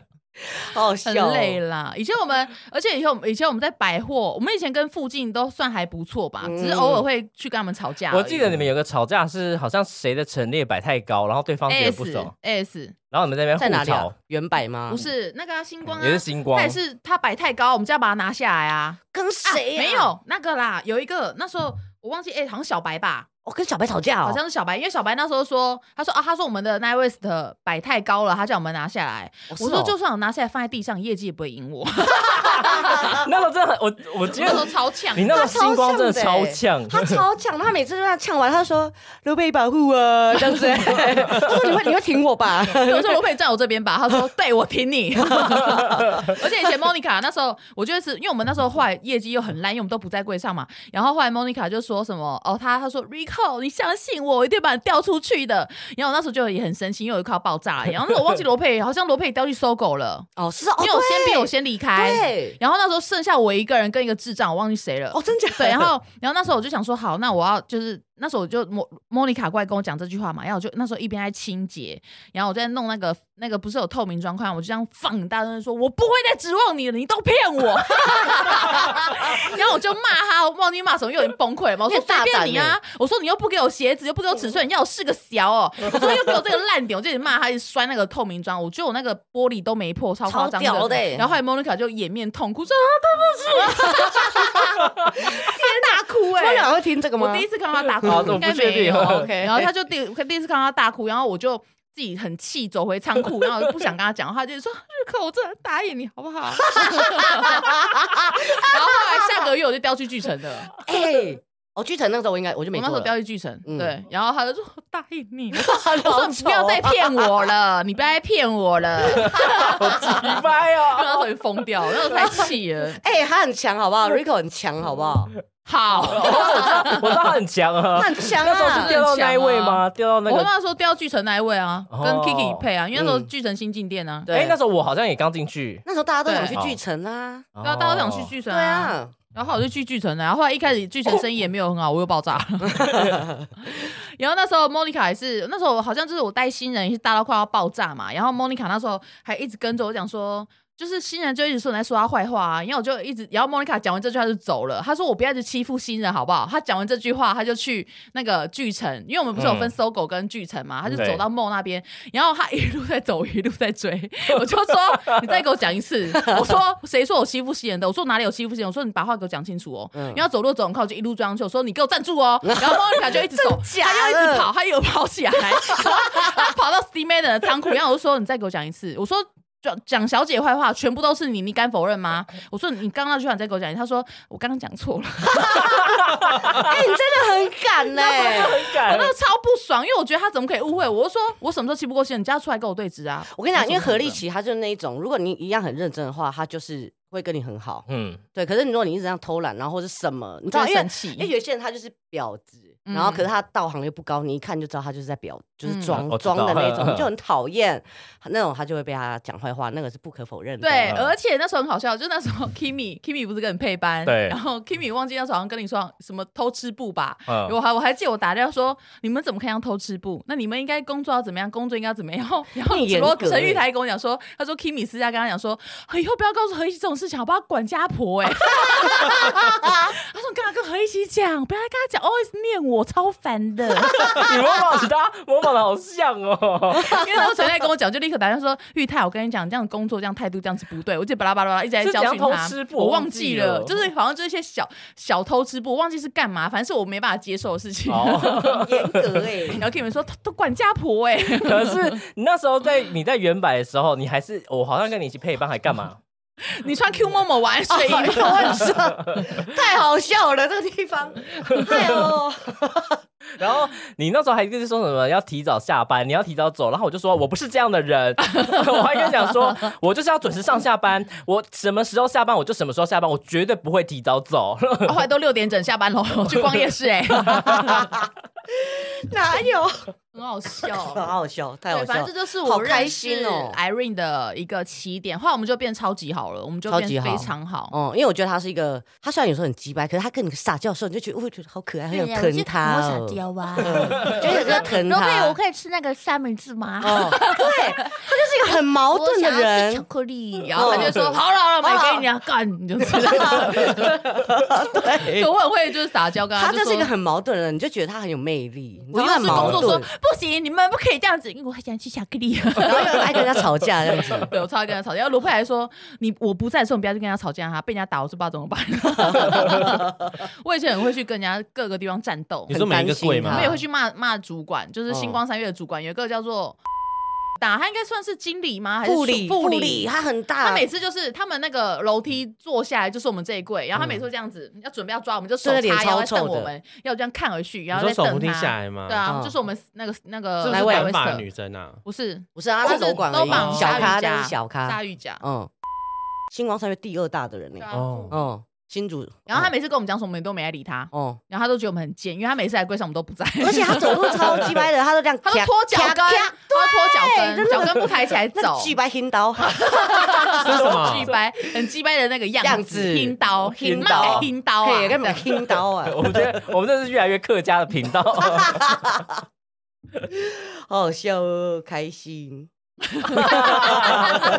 好好很笑、哦，累啦。以前我们，而且以前我们以前我们在百货，我们以前跟附近都算还不错吧，嗯只是偶尔会去跟他们吵架而已。我记得你们有个吵架是好像谁的陈列摆太高，然后对方觉得不 S 爽， S 然后你们在那在边哪互里、啊吵，？原版吗？不，是那个啊星光啊嗯也是。星光但。是他摆太高，我们就要把它拿下来啊！跟啊谁、啊没，有那个啦，有一个那时候我忘记，哎、好像小白吧，我、跟小白吵架哦，好像是小白，因为小白那时候说，他说啊，他说我们的 Night West 摆太高了，他叫我们拿下来。哦是我说哦就算我拿下来放在地上，业绩也不会赢我。那时候真的很，我我记 [LAUGHS] 那时候得超呛，你那时候星光真的超呛，他超呛，他每次就这样呛完，他说刘备保护啊，这样 [LAUGHS] 子。我说你会你会挺我吧？ [LAUGHS] 我说罗佩站我这边吧，他说对我挺你。 [LAUGHS] 而且以前 Monica 那时候，我觉得是因为我们那时候后来业绩又很烂，因为我们都不在柜上嘛。然后后来 Monica 就说什么哦，他他说 Rico 靠，你相信我，我一定把你调出去的。然后我那时候就也很生气，因为我快要爆炸了。然后那时候我忘记罗佩，好像罗佩调去搜狗了，哦，是哦，因为我先对比我先离开。对，然后那时候剩下我一个人跟一个智障，我忘记谁了。哦，真 [LAUGHS] 假的？对，然后然后那时候我就想说，好，那我要就是那时候我就莫莫妮卡过来跟我讲这句话嘛，然后我就那时候一边在清洁，然后我在弄那个那个不是有透明砖块吗，我就这样放很大声说，我不会再指望你了，你都骗我。 [LAUGHS] 然后我就骂他，我忘记骂什么，又已经崩溃了嘛。我说你很大随便胆你啊，我说你又不给我鞋子，又不给我尺寸，你要我试个小哦。我说又给我这个烂点，我就一直骂他，一直摔那个透明砖，我觉得我那个玻璃都没破，超夸张超屌的欸然后后来莫妮卡就掩面痛哭说。啊大哭欸哎，我俩会听这个吗我第一？次看到他大哭，哦好我应该不确没定有。 [LAUGHS] OK 然后他就第第一次看到他大哭，然后我就自己很气，走回仓库，然后我不想跟他讲话，就说日克，我真的很打野你 [LAUGHS] 好不好？然后后来下个月我就调去巨城的，哎，哦，巨城那个时候我应该我就我没那时做候调了。去巨城，嗯对，然后他就说我答应 [LAUGHS] 你，我我说你不要再骗我啊了，你不要再骗我了， [LAUGHS] 明白然哦。后我就疯掉，那时候太气了。哎、他很强，好不好？Rico 很强，好不好？好，我知道他很强啊他，很强那时候啊！是掉到那一位吗？掉到那我个哎跟他说调巨城那一位啊，跟哦 Kiki 配啊，因为那时候嗯巨城新进店啊，对哎、那时候我好像也刚进去，那时候大家都想去对巨城啊，然然后大家都想去巨城对啊，然后我就去巨城了，然后后来一开始巨城生意也没有很好，我又爆炸了。然后那时候 Monica 也是，那时候好像就是我带新人也是大到快要爆炸嘛，然后 Monica 那时候还一直跟着我讲说。就是新人就一直说你在说他坏话啊，然后我就一直，然后 Monica 讲完这句话就走了。她说我不要一直欺负新人好不好？她讲完这句话，她就去那个巨城，因为我们不是有分嗯搜狗跟巨城嘛，她就对走到梦那边，然后她一路在走，一路在追， [LAUGHS] 我就说你再给我讲一次。我说谁说我欺负新人的？我说哪里有欺负新人？我说你把话给我讲清楚哦。然后走路走很靠，我就一路追上去。我说你给我站住哦。然后莫妮卡就一直走，真假他就一直的跑，他又跑起来，他跑到 Steam Man 的仓库，然后我就说你再给我讲一次。我说。讲讲小姐坏话，全部都是你，你敢否认吗？我说你刚刚那句话，你再给我讲一次。他说我刚刚讲错了，哎、你真的很 [LAUGHS] 敢呢、很敢我那个超不爽，因为我觉得他怎么可以误会我？我就说我什么时候气不过心，你叫他出来跟我对峙啊！我跟你讲，因为何立奇。奇他就是那一种，如果你一样很认真的话，他就是会跟你很好。嗯，对，可是你如果你一直这样偷懒，然后或是什么，你你知道，因为气因为有些人他就是婊子，然后可是他道行又不高，你一看就知道他就是在婊，就是嗯装哦我知装的道那种，你就很讨厌那种，他就会被他讲坏话，那个是不可否认的。哦对，嗯而且那时候很好笑，就那时候 Kimi Kimi 不是跟你配班，对然后 Kimi 忘记那时候好像跟你说什么偷吃布吧。嗯我还我还记得我打电话说，你们怎么可以让偷吃布？那你们应该工作要怎么样？工作应该要怎么样？然后然后很严罗格陈玉欸台跟我讲说，他说 Kimi 私下跟他讲说，哎以后不要告诉何一奇这种事情，好不好？管家婆哎、 [LAUGHS] 欸，他说你干嘛跟何一奇讲？不要跟他讲，always 念我，超烦的。你模仿他，模仿的好像哦。因为那时候陈玉台跟我讲，就立刻打电话说玉泰，我跟你讲，这样工作这样态度这样子不对，我就巴拉巴拉巴拉一直在是教训怎样他偷吃。布我我忘忘记记了，了就是好像就是一些小小偷吃布，我忘记是干嘛，反正是我没办法接受的事情。哦哦呃很严格哎、 [LAUGHS] 然后跟你们说，都都管家婆哎、可是你那时候在你在原版的时候，你还是我好像跟你一起配班，还干嘛？你穿 Q 某某我还哦睡衣，太好笑了，这个地方，[LAUGHS] 哎呦，然后你那时候还就是说什么要提早下班，你要提早走，然后我就说我不是这样的人，我还跟你讲说，我就是要准时上下班，我什么时候下班我就什么时候下班，我绝对不会提早走。 [LAUGHS] 后来都六点整下班了，我去逛夜市哎、 [LAUGHS] 哪有？很好好笑。好笑，太好对，笑反正这就是好我开认识心哦 Irene 的一个起点。后来我们就变超级好了，我们就超变级好非常好。哦、因为我觉得他是一个，他虽然有时候很鸡掰，可是他跟你撒娇的时候，你就觉得，我觉得好可爱，很想疼他、哦。撒娇啊！呃就有时候疼罗佩，他我。可以吃那个三明治吗？ [LAUGHS] 哦，对，他就是一个很矛我盾的想要吃人巧，克力，然后他就说：“好了好了，好买了给你啊，干你就知道。” [LAUGHS] 对可我很会就是撒娇，跟他啊就就是是一个很矛盾的人，你就觉得他很有魅力，你我知道又他是很矛工作说盾，不行，你们不可以这样子，因为我还想吃巧克 [LAUGHS] 力。然后又爱跟人家吵架这样子。对，我超爱跟他吵架。然后罗佩还说：“你我不在的时候，你不要去跟他吵架哈，被人家打我是不知道怎么办。” [LAUGHS] 我以前很会去跟人家各个地方战斗你，说每一个柜吗我很担心他也会去骂骂主管，就是啊哦星光三月的主管，有一个叫做打，他应该算是经理 [LAUGHS] 吗？还是副理，副副理理，？他很大，他每次就是他们那个楼梯坐下来就是我们这一柜，然后他每次都这样子、要准备要抓我们，就手对脸叉腰超在瞪臭的我们，要这样看回去，你然后说再手瞪扶梯下他。来吗？对啊，嗯就是我们那个那是个不哪是位短威斯发特女生 [LAUGHS] 啊？不是，不是啊，他是楼管而都已绑，小鲨咖鱼夹那是小咖鲨，鱼夹。嗯，星光三月第二大的人呢啊对，啊哦嗯，新竹，然后他每次跟我们讲什么，我们都没来理他，哦，然后他都觉得我们很贱，因为他每次来柜上我们都不在，而且他走路超鸡掰 [LAUGHS] 的，他都这样他都拖脚咔跟，他咔咔都拖脚真跟，的脚跟不抬起来 [LAUGHS] 那走个，巨白 [LAUGHS] 银刀，啊这是什么巨？掰，很鸡掰的那个样样子，子拼刀，拼刀刀，拼刀啊对，！跟买银刀啊，我们觉得我们这是越来越客家的频道，好好笑哦，开心。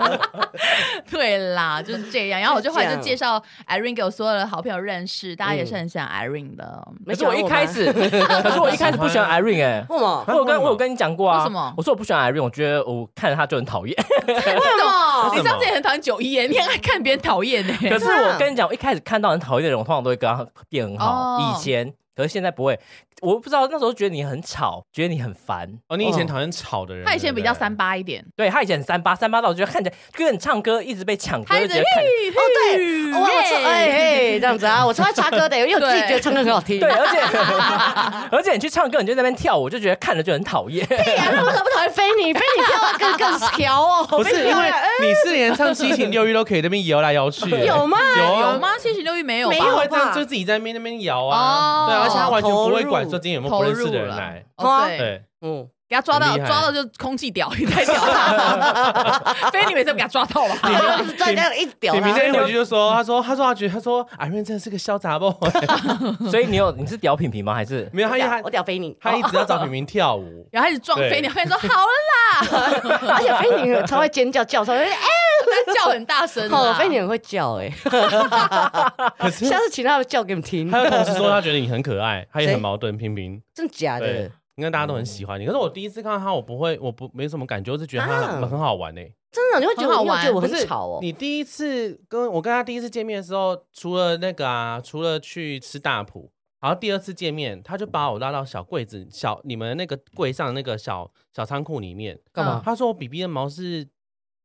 [LAUGHS] 对啦，就是这样。然后我就后这样来就介绍 Irene 给我所有的好朋友认识，大家也是很喜欢 Irene 的。可是我一开始，可是我一开始不喜欢 Irene 哎、为什么？我有跟我有跟你讲过啊，为什么我说我不喜欢 Irene，我觉得我看着她就很讨厌。为什么？你为什么上次也很讨厌九一耶，你很爱看别人讨厌呢。 [LAUGHS] 可是我跟你讲，我一开始看到很讨厌的人，我通常都会跟他变很好。哦以前，可是现在不会。我不知道那时候觉得你很吵，觉得你很烦。哦，你以前讨厌吵的人，他以前比较三对八一点，对他以前三八三八到，我觉得看起来跟你唱歌一直被抢歌，他就一觉直得看。哦对哇，我超哎嘿，这样子啊，我超爱唱歌的，因为我自己觉得唱歌很好听。对，而且 [LAUGHS] 而且你去唱歌，你就在那边跳舞，我就觉得看着就很讨厌。对呀，那我怎么哎讨厌菲尼？菲尼跳的更更 [LAUGHS] 调哦，不是菲尼因跳为得你是连唱七情六欲都可以那边摇来摇去，有吗？有啊哎 [LAUGHS] 有？吗？星期六日没有吧？没他有会这样就自己在那边那边摇哦啊，对啊，而且他完全不会管投入说今天有没有投不认识入的人了来，，哦对，对，嗯，给他抓到很厉害抓到就空气屌，你太屌了，非你每次被他 [LAUGHS] 抓到吧？，然后就是在那嗯样一屌你明他。天回去就说，他说他说他觉得他说阿瑞真的是个潇 [LAUGHS] 洒 boy， [LAUGHS] 所以你有你是屌品品吗？还是没有他因为我他屌菲尼，他一直要找平平跳 [LAUGHS] 舞然后开始撞对飞鸟，飞鸟说好了啦，而且菲尼超会尖叫叫出来，哎，他叫很大声哦啦，，菲尼很会叫哎，可是下次请他们叫给你们听他，又同时说他觉得你很可爱，他也谁很矛盾，平 [LAUGHS] 平。真的假对的？，应该大家嗯都很喜欢你。可是我第一次看到他，我不会，我不没什么感觉，我只觉得他很啊很好玩欸诶。真的，你会觉得我很好你会玩觉得我不很是吵哦？你第一次跟我跟他第一次见面的时候，除了那个啊，除了去吃大埔，然后第二次见面，他就把我拉到小柜子小你们那个柜上那个小小仓库里面干嘛？他说我 BB 的毛是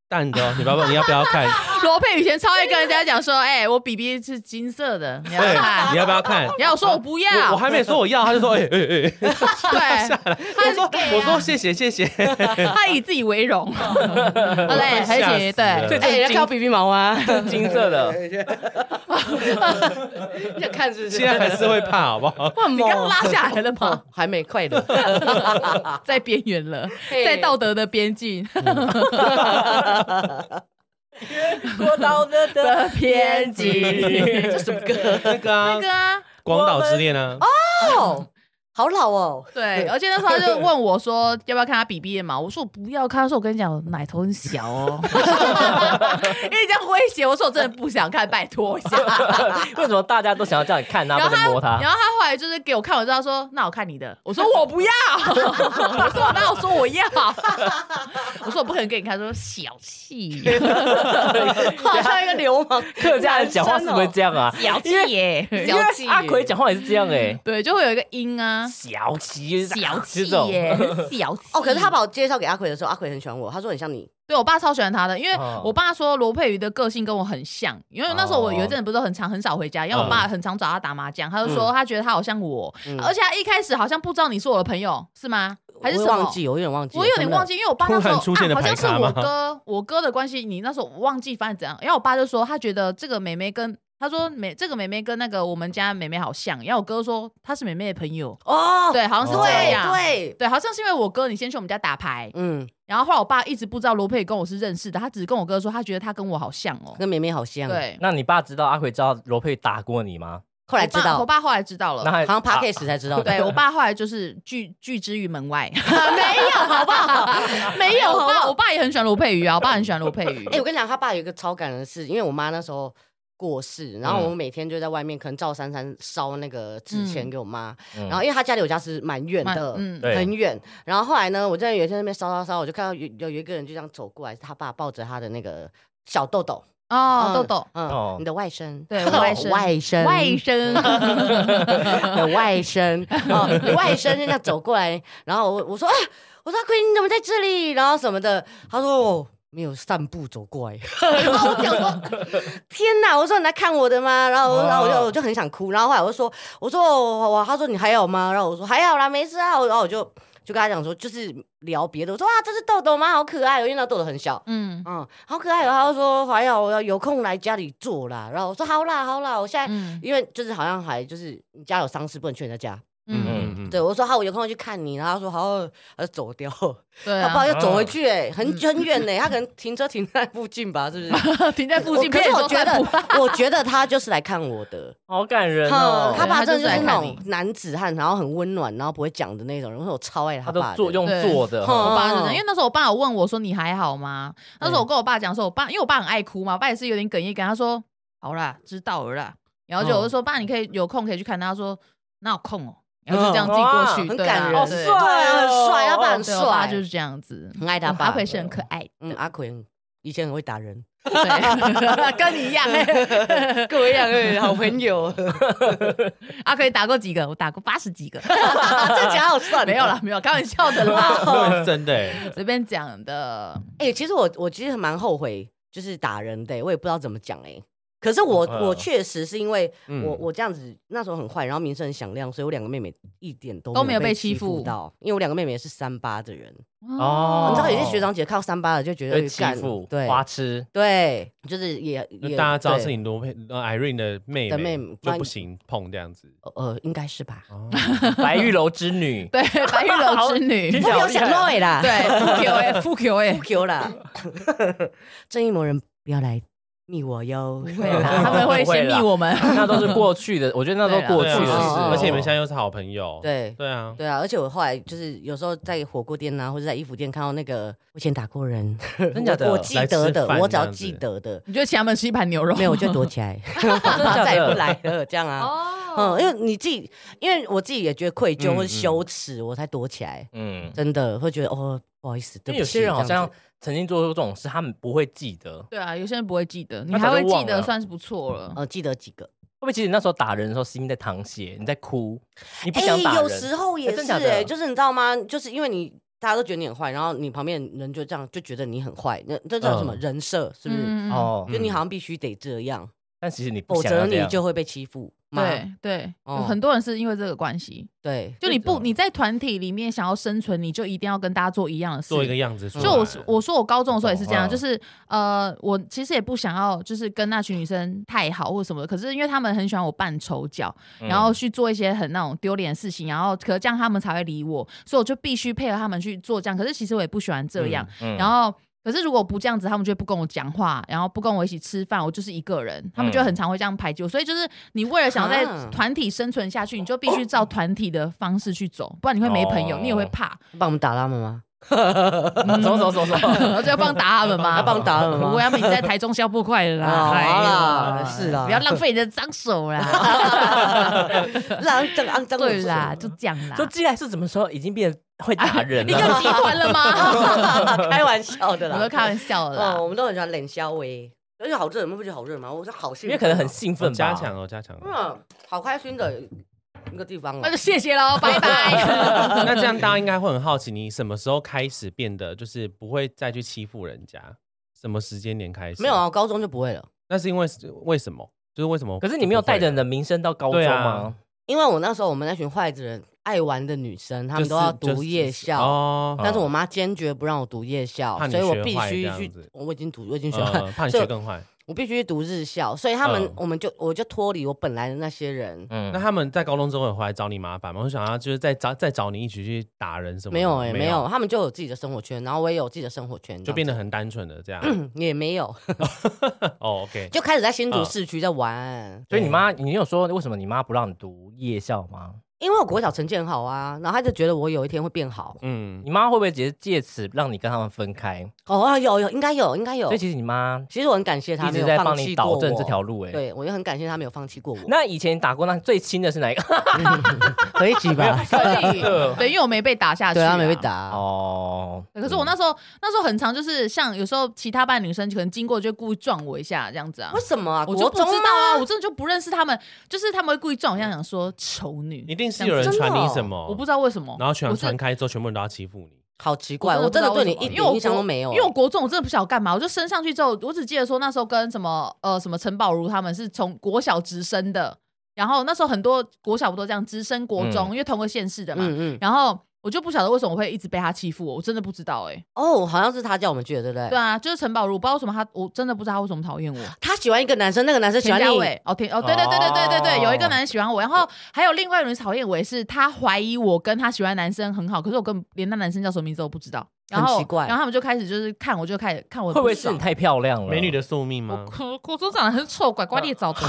淡的哦，你爸爸你要不要看？ [LAUGHS] 罗佩以前超爱跟人家讲说，哎，我 BB 是金色的，你要对，看你。要不要看？然后我说我不要，我我还没说我要，他就说哎哎哎，对，我说我说谢谢谢谢，他以自己为 [LAUGHS] 荣，好嘞，吓死而且对了最哎，近要挑 BB 毛啊！ [LAUGHS] 金色的？你想看是不是？现在还是会怕好不好？哇，你你刚拉下来了吗？还没快点，在边缘了，嘿在道德的边境嗯 [LAUGHS] 过道德的的边 [LAUGHS] 境。这什么歌？那个那啊，个啊，广岛之恋啊，哦，好老哦。对，而且那时候他就问我说 [LAUGHS] 要不要看他 BB 的毛，我说我不要看，他说我跟你讲我奶头很小哦， [LAUGHS] 因为这样威胁，我说我真的不想看，拜托一下。为什么大家都想要叫你看 [LAUGHS] 他，然后不能他摸，他？然后他后来就是给我看完之后他说：“那我看你的。”我说：“我不要。”我说：“我哪有说我要？” [LAUGHS] 我说：“我不可能给你看。”他说：“小气，好像一个流氓，客家人讲话是不是这样啊？哦小气耶。因为阿奎讲话也是这样哎、”对，就会有一个音啊，小气，小气这种耶，很小气。哦，可是他把我介绍给阿奎的时候，阿奎很喜欢我，他说很像你，对我爸超喜欢他的，因为哦我爸说罗佩瑜的个性跟我很像，因为那时候我有一阵子不是很常很少回家，因为我爸很常找他打麻将，他就说他觉得他好像我，嗯而且他一开始好像不知道你是我的朋友，是吗？还是我什也么？忘记，我有点忘记，我有点忘记。记，因为我爸那时突候然出现的啊、好像排是卡我吗哥，我哥的关系，你那时候我忘记，反正怎样。然后我爸就说，他觉得这个妹妹跟他说妹这个妹妹跟那个我们家妹妹好像。然后我哥说她是妹妹的朋友，哦，对，好像是这样。对对，对好像是因为我哥，你先去我们家打牌，嗯，然后后来我爸一直不知道罗佩跟我是认识的，他只是跟我哥说，他觉得他跟我好像哦。跟绵绵好像。，对，那你爸知道阿奎知道罗佩打过你吗？后来我知爸道我，爸后来知道那了。还好像 p 啊 a c a s e 才知道的。对我爸后来就是拒拒之于门外， [LAUGHS] 没有，好不好？没有，我好不爸我好？爸也很喜欢罗佩瑜啊，我爸很喜欢罗佩瑜。哎，我跟你讲，他爸有一个超感人的事，因为我妈那时候。过世，然后嗯我们每天就在外面，可能照三三烧那个纸钱给我妈。嗯然后因为她家离我家是蛮远蛮的，嗯对很远。然后后来呢，我在有一天在那边烧烧烧，我就看到有有有一个人就这样走过来，是他爸抱着他的那个小豆豆，哦嗯豆豆，嗯，哦你的外甥，对我外甥 [LAUGHS] 外甥，外 [LAUGHS] 甥。你的外甥，哦，你外甥就这样走过来，然后我我说啊，我说阿奎你怎么在这里？然后什么的，他说哦。没有散步走过来， [LAUGHS] 然后我想说，天哪！我说你来看我的吗？然后我，然后我就我就很想哭，然后后来我就说，我说我，哇他说你还好吗？然后我说还好啦，没事啊。然后我就就跟他讲说，就是聊别的。我说啊，这是豆豆吗？好可爱哦，因为那豆豆很小。嗯嗯，好可爱哦。他就说还好，我要有空来家里坐啦。然后我说好啦好啦，我现在、嗯因为就是好像还就是你家有丧事不能去人家家，嗯，嗯对我说好，我有空去看你。然后他说好，他就走掉，对他不好啊，意思走回去、欸，很很远呢、他可能停车停在附近吧，是不是？停 [LAUGHS] 在附我近，可是别人说我觉散步得，我觉得他就是来看我 [LAUGHS] 的。好感人哼哦，他爸真的就是那对他就是来种看男子汉，然后很温暖，然后不会讲的那种人，所以我超爱他他都爸的。做用对做的，哼哦我爸是这样，因为那时候我爸有问我说：“你还好吗？”那时候我跟我爸讲说，我爸因为我爸很爱哭嘛，我爸也是有点哽咽，跟他说：“好啦，知道了啦。”然后就我就说：“爸，你可以有空可以去看他。”他说：“哪有空哦？”然后就这样自己过去，很对啊感人，好对对，帅哦很帅，他爸很对我爸帅，就是这样子，很爱他我爸阿奎是很可爱的，嗯，阿奎以前很会 [LAUGHS] 打人，对， [LAUGHS] 跟你一样欸。 [LAUGHS] 各位两位好朋 [LAUGHS] 友，阿奎啊打过几个？我打过八十几 [LAUGHS] 个，啊这假好算没有啦，。没有，开玩笑的啦， [LAUGHS] 那是真的欸， [LAUGHS] 随便讲的。哎，其实我我其实蛮后悔，就是打人的，欸我也不知道怎么讲哎。可是我嗯我确实是因为哦呃嗯我我这样子那时候很坏，然后名声很响亮，所以我两个妹妹一点都都没没有有被欺欺负，到，因为我两个妹妹也是三八的人，哦你知道有些学长姐靠三八的就觉得被欺干负，对花痴，对，就是也就也大家知道对是你罗佩呃 Irene 的妹的妹妹就不行碰这样子。呃，应该是吧？哦，白玉楼之女 [LAUGHS] 对白玉楼之听女起，不来好有厉害想到啦，对，富 Q [LAUGHS] 哎，富 Q 哎不，Q 啦， [LAUGHS] 正义魔人不要来密我哟，不会啦，他们会不会先啦密我们。 [LAUGHS] 那都是过去的，我觉得那都过去对的啊事，哦而且你们现在又是好朋友， [LAUGHS] 对。对啊，对啊，而且我后来就是有时候在火锅店啊，或者在衣服店看到那个我以前打过人， [LAUGHS] 真假的我我记得来吃的，饭我只要这样子记得的，你就请他们吃一盘牛肉，没有 [LAUGHS] 我就躲起来， [LAUGHS] 他再也不来了，这样啊。哦嗯，因为你自己，因为我自己也觉得愧疚嗯或者嗯羞耻，我才躲起来，嗯，真的会觉得哦，不好意思，因对为不有起些人好这样像子曾经做出这种事，他们不会记得，会对啊，有些人不会记得，你他还早就会记忘得，了算是不错了。呃记得几个，不会？其实你那时候打人的时候心在淌血，你在哭，你不哎，想打人，有时候也哎是真假哎、的就是你知道吗？就是因为你大家都觉得你很坏，然后你旁边人就这样就觉得你很坏，那这叫什么、嗯人设？是不是？嗯，哦，就你好像必须得这样，但其实你不否想要则这你样，就会被欺负嘛。对对，有哦很多人是因为这个关系，对就你不嗯你在团体里面想要生存，你就一定要跟大家做一样的事做一。个样子出来。哦就我是我说我高中的时候也是这样，嗯懂嗯就是呃，我其实也不想要就是跟那群女生太好或什么的，可是因为他们很喜欢我扮丑角，嗯然后去做一些很那种丢脸的事情，然后可这样他们才会理我，所以我就必须配合他们去做这样。可是其实我也不喜欢这样，嗯然后。可是如果不这样子，他们就会不跟我讲话，然后不跟我一起吃饭，我就是一个人，他们就嗯很常会这样排挤我。所以就是你为了想在啊团体生存下去，你就必须照团体的方式去走，不然你会没朋友，哦你也会怕。帮我们打他们吗？嗯走走走走， [LAUGHS] 我就要帮打他们嘛，要帮打 [LAUGHS] 他们吗不过他们已经在台中消不快了啦， [LAUGHS] 哦哎呀好啦是啦不要浪费你的脏手啦。 [LAUGHS] 让肮脏 [LAUGHS] 肮脏的对手啦，就这样啦就。既然是什么时候已经变得会啊打人你就了？集团了 [LAUGHS] 吗？开玩笑的啦，我都开玩笑的哦，啦。我们都很喜欢冷笑威，而且好热，你们不觉得好热吗？我说好幸因为福，可能很兴哦奋吧，加强哦，加强哦。嗯，好开心的一个地方哦那就谢谢 [LAUGHS] 喽，拜拜。嗯 [LAUGHS] 那这样大家应该会很好奇，你什么时候开始变得就是不会再去欺负人家？什么时间点开始？没有啊，，我高中就不会了。那是因为是为什么？就是为什么？可是你没有带着你的名声到高中对吗啊？因为我那时候我们那群坏子人爱玩的女生，她们都要读夜校。哦，但是我妈坚决不让我读夜校怕，你所以我学必坏须这样去子。我已经读，我已经学坏， [LAUGHS] 呃怕你所以学更坏。我必须去读日校。所以他们嗯，我们就我就脱离我本来的那些人。嗯那他们在高中之后有回来找你麻烦吗？我想要就是再找再找你一起去打人什么的？没有哎，没没有，，他们就有自己的生活圈，然后我也有自己的生活圈，就变得得很单纯的这样。嗯也没有， [LAUGHS] 哦，OK，就开始在新竹嗯市区在玩。所以你妈，你有说为什么你妈不让你读夜校吗？因为我国小成绩很好啊，然后她就觉得我有一天会变好。嗯，你妈会不会直接借此让你跟他们分开？哦啊，有有，应该有，应该有所以。其实你妈其实我很感谢她一没直有在放帮弃你过导我。正这条路、欸，哎。对，我就很感谢她没有放弃过我。那以前打过那最亲的是哪一个？ [LAUGHS] 可以起吧？所以，对，因为我没被打下去，对啊，没被。打。哦，对可是我那时候，那时候很常就是像有时候其他班女生可能经过就故意撞我一下这样子啊为，什么啊？我就国不知中道吗？啊，我真的就不认识他们，就是他们会故意撞我一下，想说丑女，一定是有人真的传哦你什么，我不知道为什么，然后全我是场传开之后，全部人都要欺负你。好奇怪，我不知真道的对为你什么一因为我点印象国都没有。因为我国中我真的不晓得干嘛，我就升上去之后，我只记得说那时候跟什么呃什么陈宝如他们是从国小直升的，然后那时候很多国小不都这样直升国中，因为同个县市的嘛，嗯嗯，然后。我就不晓得为什么我会一直被他欺负我，我真的不知道哎、哦，好像是他叫我们去的，对不对？对啊，就是陈宝如，我不知道为什么他，我真的不知道他为什么讨厌我。他喜欢一个男生，那个男生喜田欢家你，伟哦，田哦，对对对对对对对，哦有一个男人喜欢我，然后还有另外一个人讨厌我，也是他怀疑我跟他喜欢的男生很好，可是我根本连那男生叫什么名字都不知道，然后很奇怪然后他们就开始就是看我就开始看我会的不会是爽你太漂亮了？美女的宿命吗？我国中长得很丑，拐瓜裂 [LAUGHS] 枣的。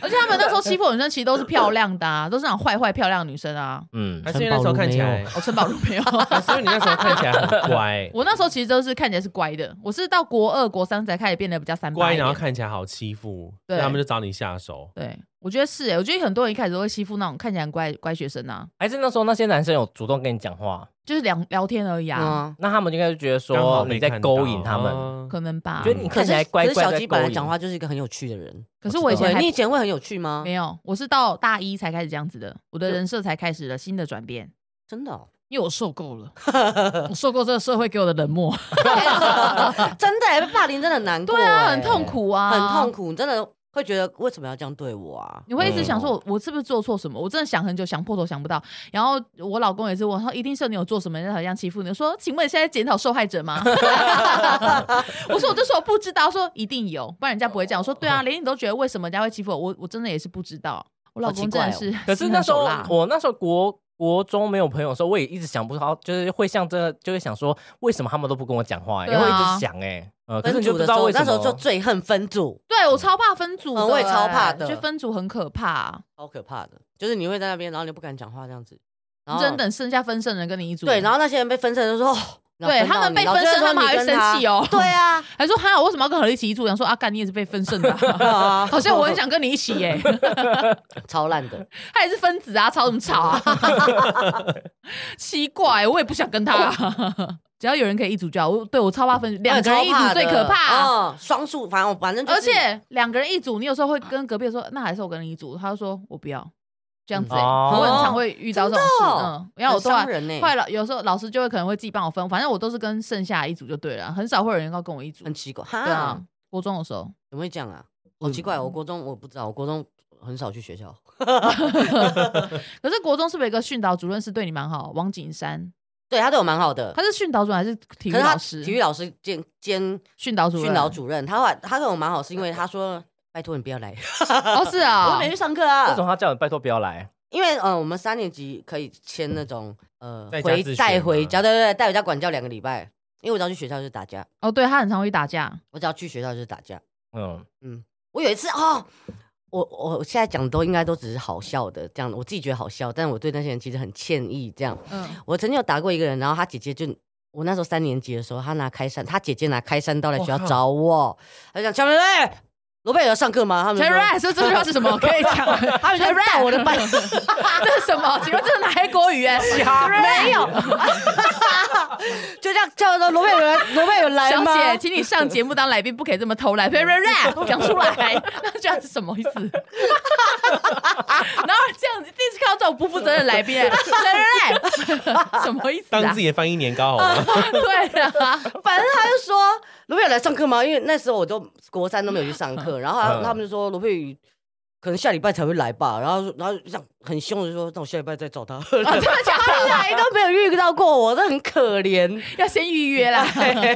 而且他们那时候欺负我的女生，其实都是漂亮的、啊，都是那种坏坏漂亮的女生啊。嗯，还是因为那时候看起 [LAUGHS] 来，哦，陈宝如没有。，还是因为你那时候看起来很乖我那时候其实都是看起来是乖的，我是到国二、国三才开始变得比较三八乖，一然后点。看起来好欺负，对所以他们就找你下手。对，我觉得是欸诶、我觉得很多人一开始都会欺负那种看起来很乖乖学生啊，还是那时候那些男生有主动跟你讲话，就是聊聊天而已啊，嗯，那他们应该就觉得刚好说被你在看勾到引他们，哦可能吧。觉得你嗯可看起是来乖可是乖小在鸡勾本来引讲话就是一个很有趣的人，可是我以前对还你以前会很有趣吗？没有，我是到大一才开始这样子的，我的人设才开始了新的转变。真 [LAUGHS] 的哦， [LAUGHS] 因为我受够了， [LAUGHS] 我受够这个社会给我的冷漠。真的欸耶被霸凌真的很难过，欸对啊，很痛，苦啊，很痛。苦，你真的会觉得为什么要这样对我啊？你会一直想说我，我是不是做错什么？我真的想很久，想破头想不到。然后我老公也是问，他说一定是你有做什么，让他这样欺负你。我说，请问现在检讨受害者吗？ [LAUGHS] 我说，我就说我不知道，说一定有，不然人家不会这样。我说，对哦啊，连你都觉得为什么人家会欺负我，我我真的也是不知道。我老公真哦的是心狠手辣，可是那时候我那时候国国中没有朋友的时候，我也一直想不到，就是会像这就会想说，为什么他们都不跟我讲话、欸？对啊会一直想哎、欸，呃，可是分你就组不知的时道候，为什那哦么。时候就最恨分组，对我超怕分组的、嗯我也超怕的我觉得分组很可怕。好可怕的，就是你会在那边，然后你不敢讲话这样子，然后真的剩下分身的人跟你一组，哦欸对，然后那些人被分身就说，哦对他们被分身他们还会生气哦对啊，还说哈，我为什么要跟何立奇一组？想说阿干，你也是被分身的啊、 [LAUGHS] 啊 [LAUGHS] 好像我很想跟你一起 [LAUGHS] 耶、超烂的，他也是分子啊，吵什么吵啊？奇怪，我也不想跟他、只要有人可以一组就好，我对我超怕分两个人一组最可怕。嗯，双数，反正我反正就而是且两个人一组，你有时候会跟隔壁说，那还是我跟你一组，他就说我不要，这样子、欸。哦我很常会遇到这种事，真的哦嗯，然后我很都伤会人呢，后来有时候老师就会可能会自己帮我分，反正我都是跟剩下一组就对了，很少会有人要跟我一组。很奇怪，哈，对啊，嗯国中的时候，怎么会这样啊？好奇怪，我国中我不知道，我国中很少去学校，可是国中是不是有一个训导主任是对你蛮好？王景山，对他对我蛮好的，他是训导主任还是体育可是他老师？体育老师兼兼训导主任，训导主任，他后来他对我蛮好，是因为他说 [LAUGHS] 拜托你不要来，哦，是啊、 [LAUGHS] 我没去上课为啊什，么他叫你拜托不要来？因为呃我们三年级可以签那种呃在家回自学带回吗家，对对对，带回家管教两个礼拜，因为我只要去学校就是打架，哦，对他很常会打架，我只要去学校就是打架。嗯，我有一次哦，我我我现在讲的都应该都只是好笑的，这样我自己觉得好笑，但我对那些人其实很歉意。这样，嗯，我曾经有打过一个人，然后他姐姐就我那时候三年级的时候，他拿开山，他姐姐拿开山刀来学校哇靠找我，他就讲乔瑞瑞，罗贝尔要上课吗？他们陈就说瑞，所以这句话是什 [LAUGHS] 么？可以讲，他们就陈瑞到我的班， [LAUGHS] 这是什么？请问这是哪一国语言？没有，就这样叫说罗贝尔罗贝尔来小吗？姐，请你上节目当来宾，不可以这么偷懒。 [LAUGHS] 瑞瑞瑞，讲出来， [LAUGHS] 那这样是什么意思？ [LAUGHS] 然后这样子，第一次看到这种不负责任的来宾，瑞 [LAUGHS] 瑞瑞，什么意思当啊自？己的翻译年糕好吗？ [LAUGHS] 对 [LAUGHS] 啊，反正他就说罗佩宇来上课吗？因为那时候我都国三都没有去上课，然后他嗯他们就说罗佩宇可能下礼拜才会来吧，然后然后就这样很凶的说，那我下礼拜再找他。啊真的假 [LAUGHS] [LAUGHS] 他的？来都没有遇到过我，这很可 [LAUGHS] 怜。要先预约啦。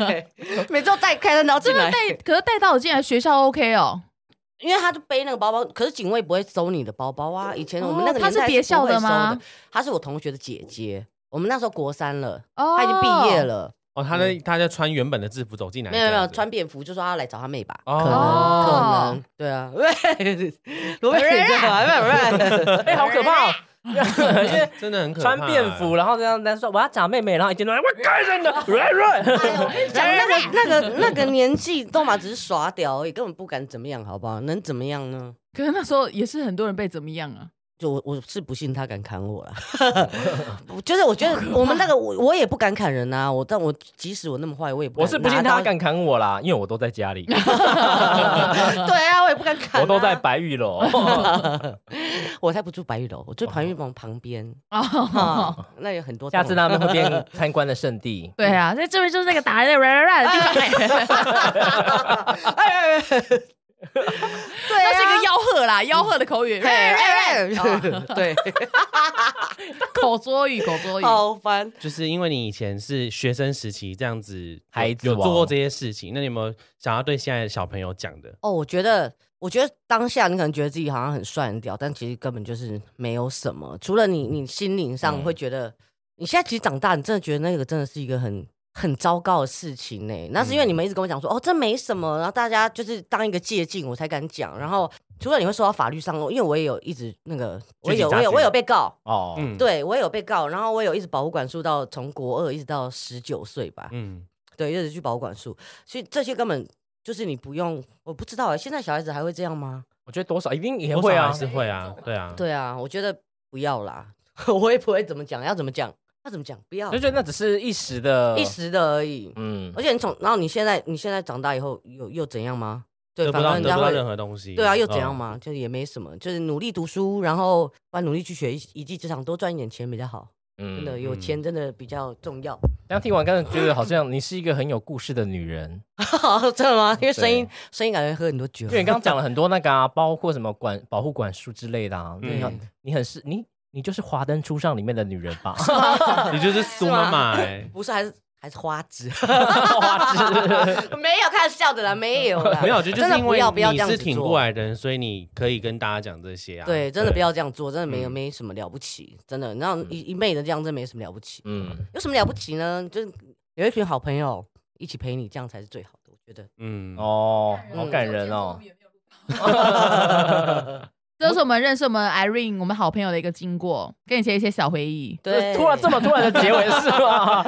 [LAUGHS] 每次都带开灯刀进真的来，带，可是带到我进来学校 OK 哦。因为他就背那个包包，可是警卫不会收你的包包啊。以前我们那个哦他年是代别校不会的收吗？？他是我同学的姐姐，我们那时候国三了，哦，他已经毕业。了，哦，他嗯在他在穿原本的制服走进来，没有没这有样子穿便服，就说他要来找他妹吧。哦可能可哦能，对啊， [LAUGHS] 罗贝尔干嘛？ [LAUGHS] 哎、好可怕、哦！因 [LAUGHS] 为真的很可怕穿便服，然后这样在说我要找妹妹，然后一进来我开人的软哎软，讲那个那个那个年纪，都嘛只是耍屌而已，根本不敢怎么样，好不好？能怎么样呢？可是那时候也是很多人被怎么样啊？就我我是不信他敢砍我啦，哦我 [LAUGHS] 就是我觉得我们那个我我也不敢砍人啊，我但我即使我那么坏，我也不我敢 [LAUGHS] 是不信他敢砍我啦，因为我都在家 [LAUGHS] 里，拿刀， [LAUGHS] 对啊，我也不敢砍啊，我都在白玉 [LAUGHS] 楼。哦我才不住白玉楼，我住白玉楼旁边哦，啊，那有很多栋下次他们会变参观的圣地。 [LAUGHS] 对啊，嗯那这边就是那个打人的软软软的地方。哎哎哎对那是一啊个吆喝啦，吆喝的口语，哎哎 [LAUGHS] 哦 [LAUGHS] 对，口说语，口说语。好烦。就是因为你以前是学生时期这样子有，孩子有王做过这些事情，那你有没有想要对现在的小朋友讲的？哦，我觉得，我觉得当下你可能觉得自己好像很帅很屌，但其实根本就是没有什么。除了你，你心灵上嗯会觉得，你现在其实长大，你真的觉得那个真的是一个很。很糟糕的事情呢、那是因为你们一直跟我讲说，哦，这没什么，然后大家就是当一个借镜，我才敢讲。然后除了你会受到法律上的，因为我也有一直那个，我具体有查我有询我有被告，哦，嗯，，对我也有被告，然后我有一直保护管束到从国二一直到十九岁吧，嗯，对，一直去保护管束，所以这些根本就是你不用，我不知道哎、现在小孩子还会这样吗？我觉得多少一定也多会少啊还，是会啊，对啊，对啊，我觉得不要啦， [LAUGHS] 我也不会怎么讲，要怎么讲，要怎么讲，不要就觉得那只是一时的，一，时的而已。嗯，而且你从，然后你现在你现在长大以后又又怎样吗？对，得不反到正得人不家到会任何东西，对啊，又怎样嗯？嘛？就是也没什么，就是努力读书，然后把努力去学一一技之长，多赚一点钱比较好。真的，嗯，有钱真的比较重要。 [LAUGHS] 刚听完，刚才觉得好像你是一个很有故事的女 [LAUGHS] 人，真的吗？因为声音声音感觉喝很多酒因，为你刚刚讲了很多那个啊，包括什么管保护管束之类的啊，嗯你很你很是你你就是《华灯初上》里面的女人吧？ [LAUGHS] [LAUGHS] 你就是苏妈妈哎，不是还是还是花枝，花 [LAUGHS] 枝，没有开玩笑的啦，没有啦，没有，我觉得就真是的因不为要不要这你样是子挺做过来的人，所以你可以跟大家讲这些啊。对，真的不要这样做，真的没有嗯没什么了不起，真的，然后一一昧的这样，真的没什么了不起，嗯，有什么了不起呢？就是有一群好朋友一起陪你，这样才是最好的，我觉得。嗯，哦，好感人哦， [LAUGHS] 这是我们认识我们 Irene 我们好朋友的一个经过，跟以前一些小回 [LAUGHS] 忆。对，突然这么突然的结尾是 [LAUGHS] 吗？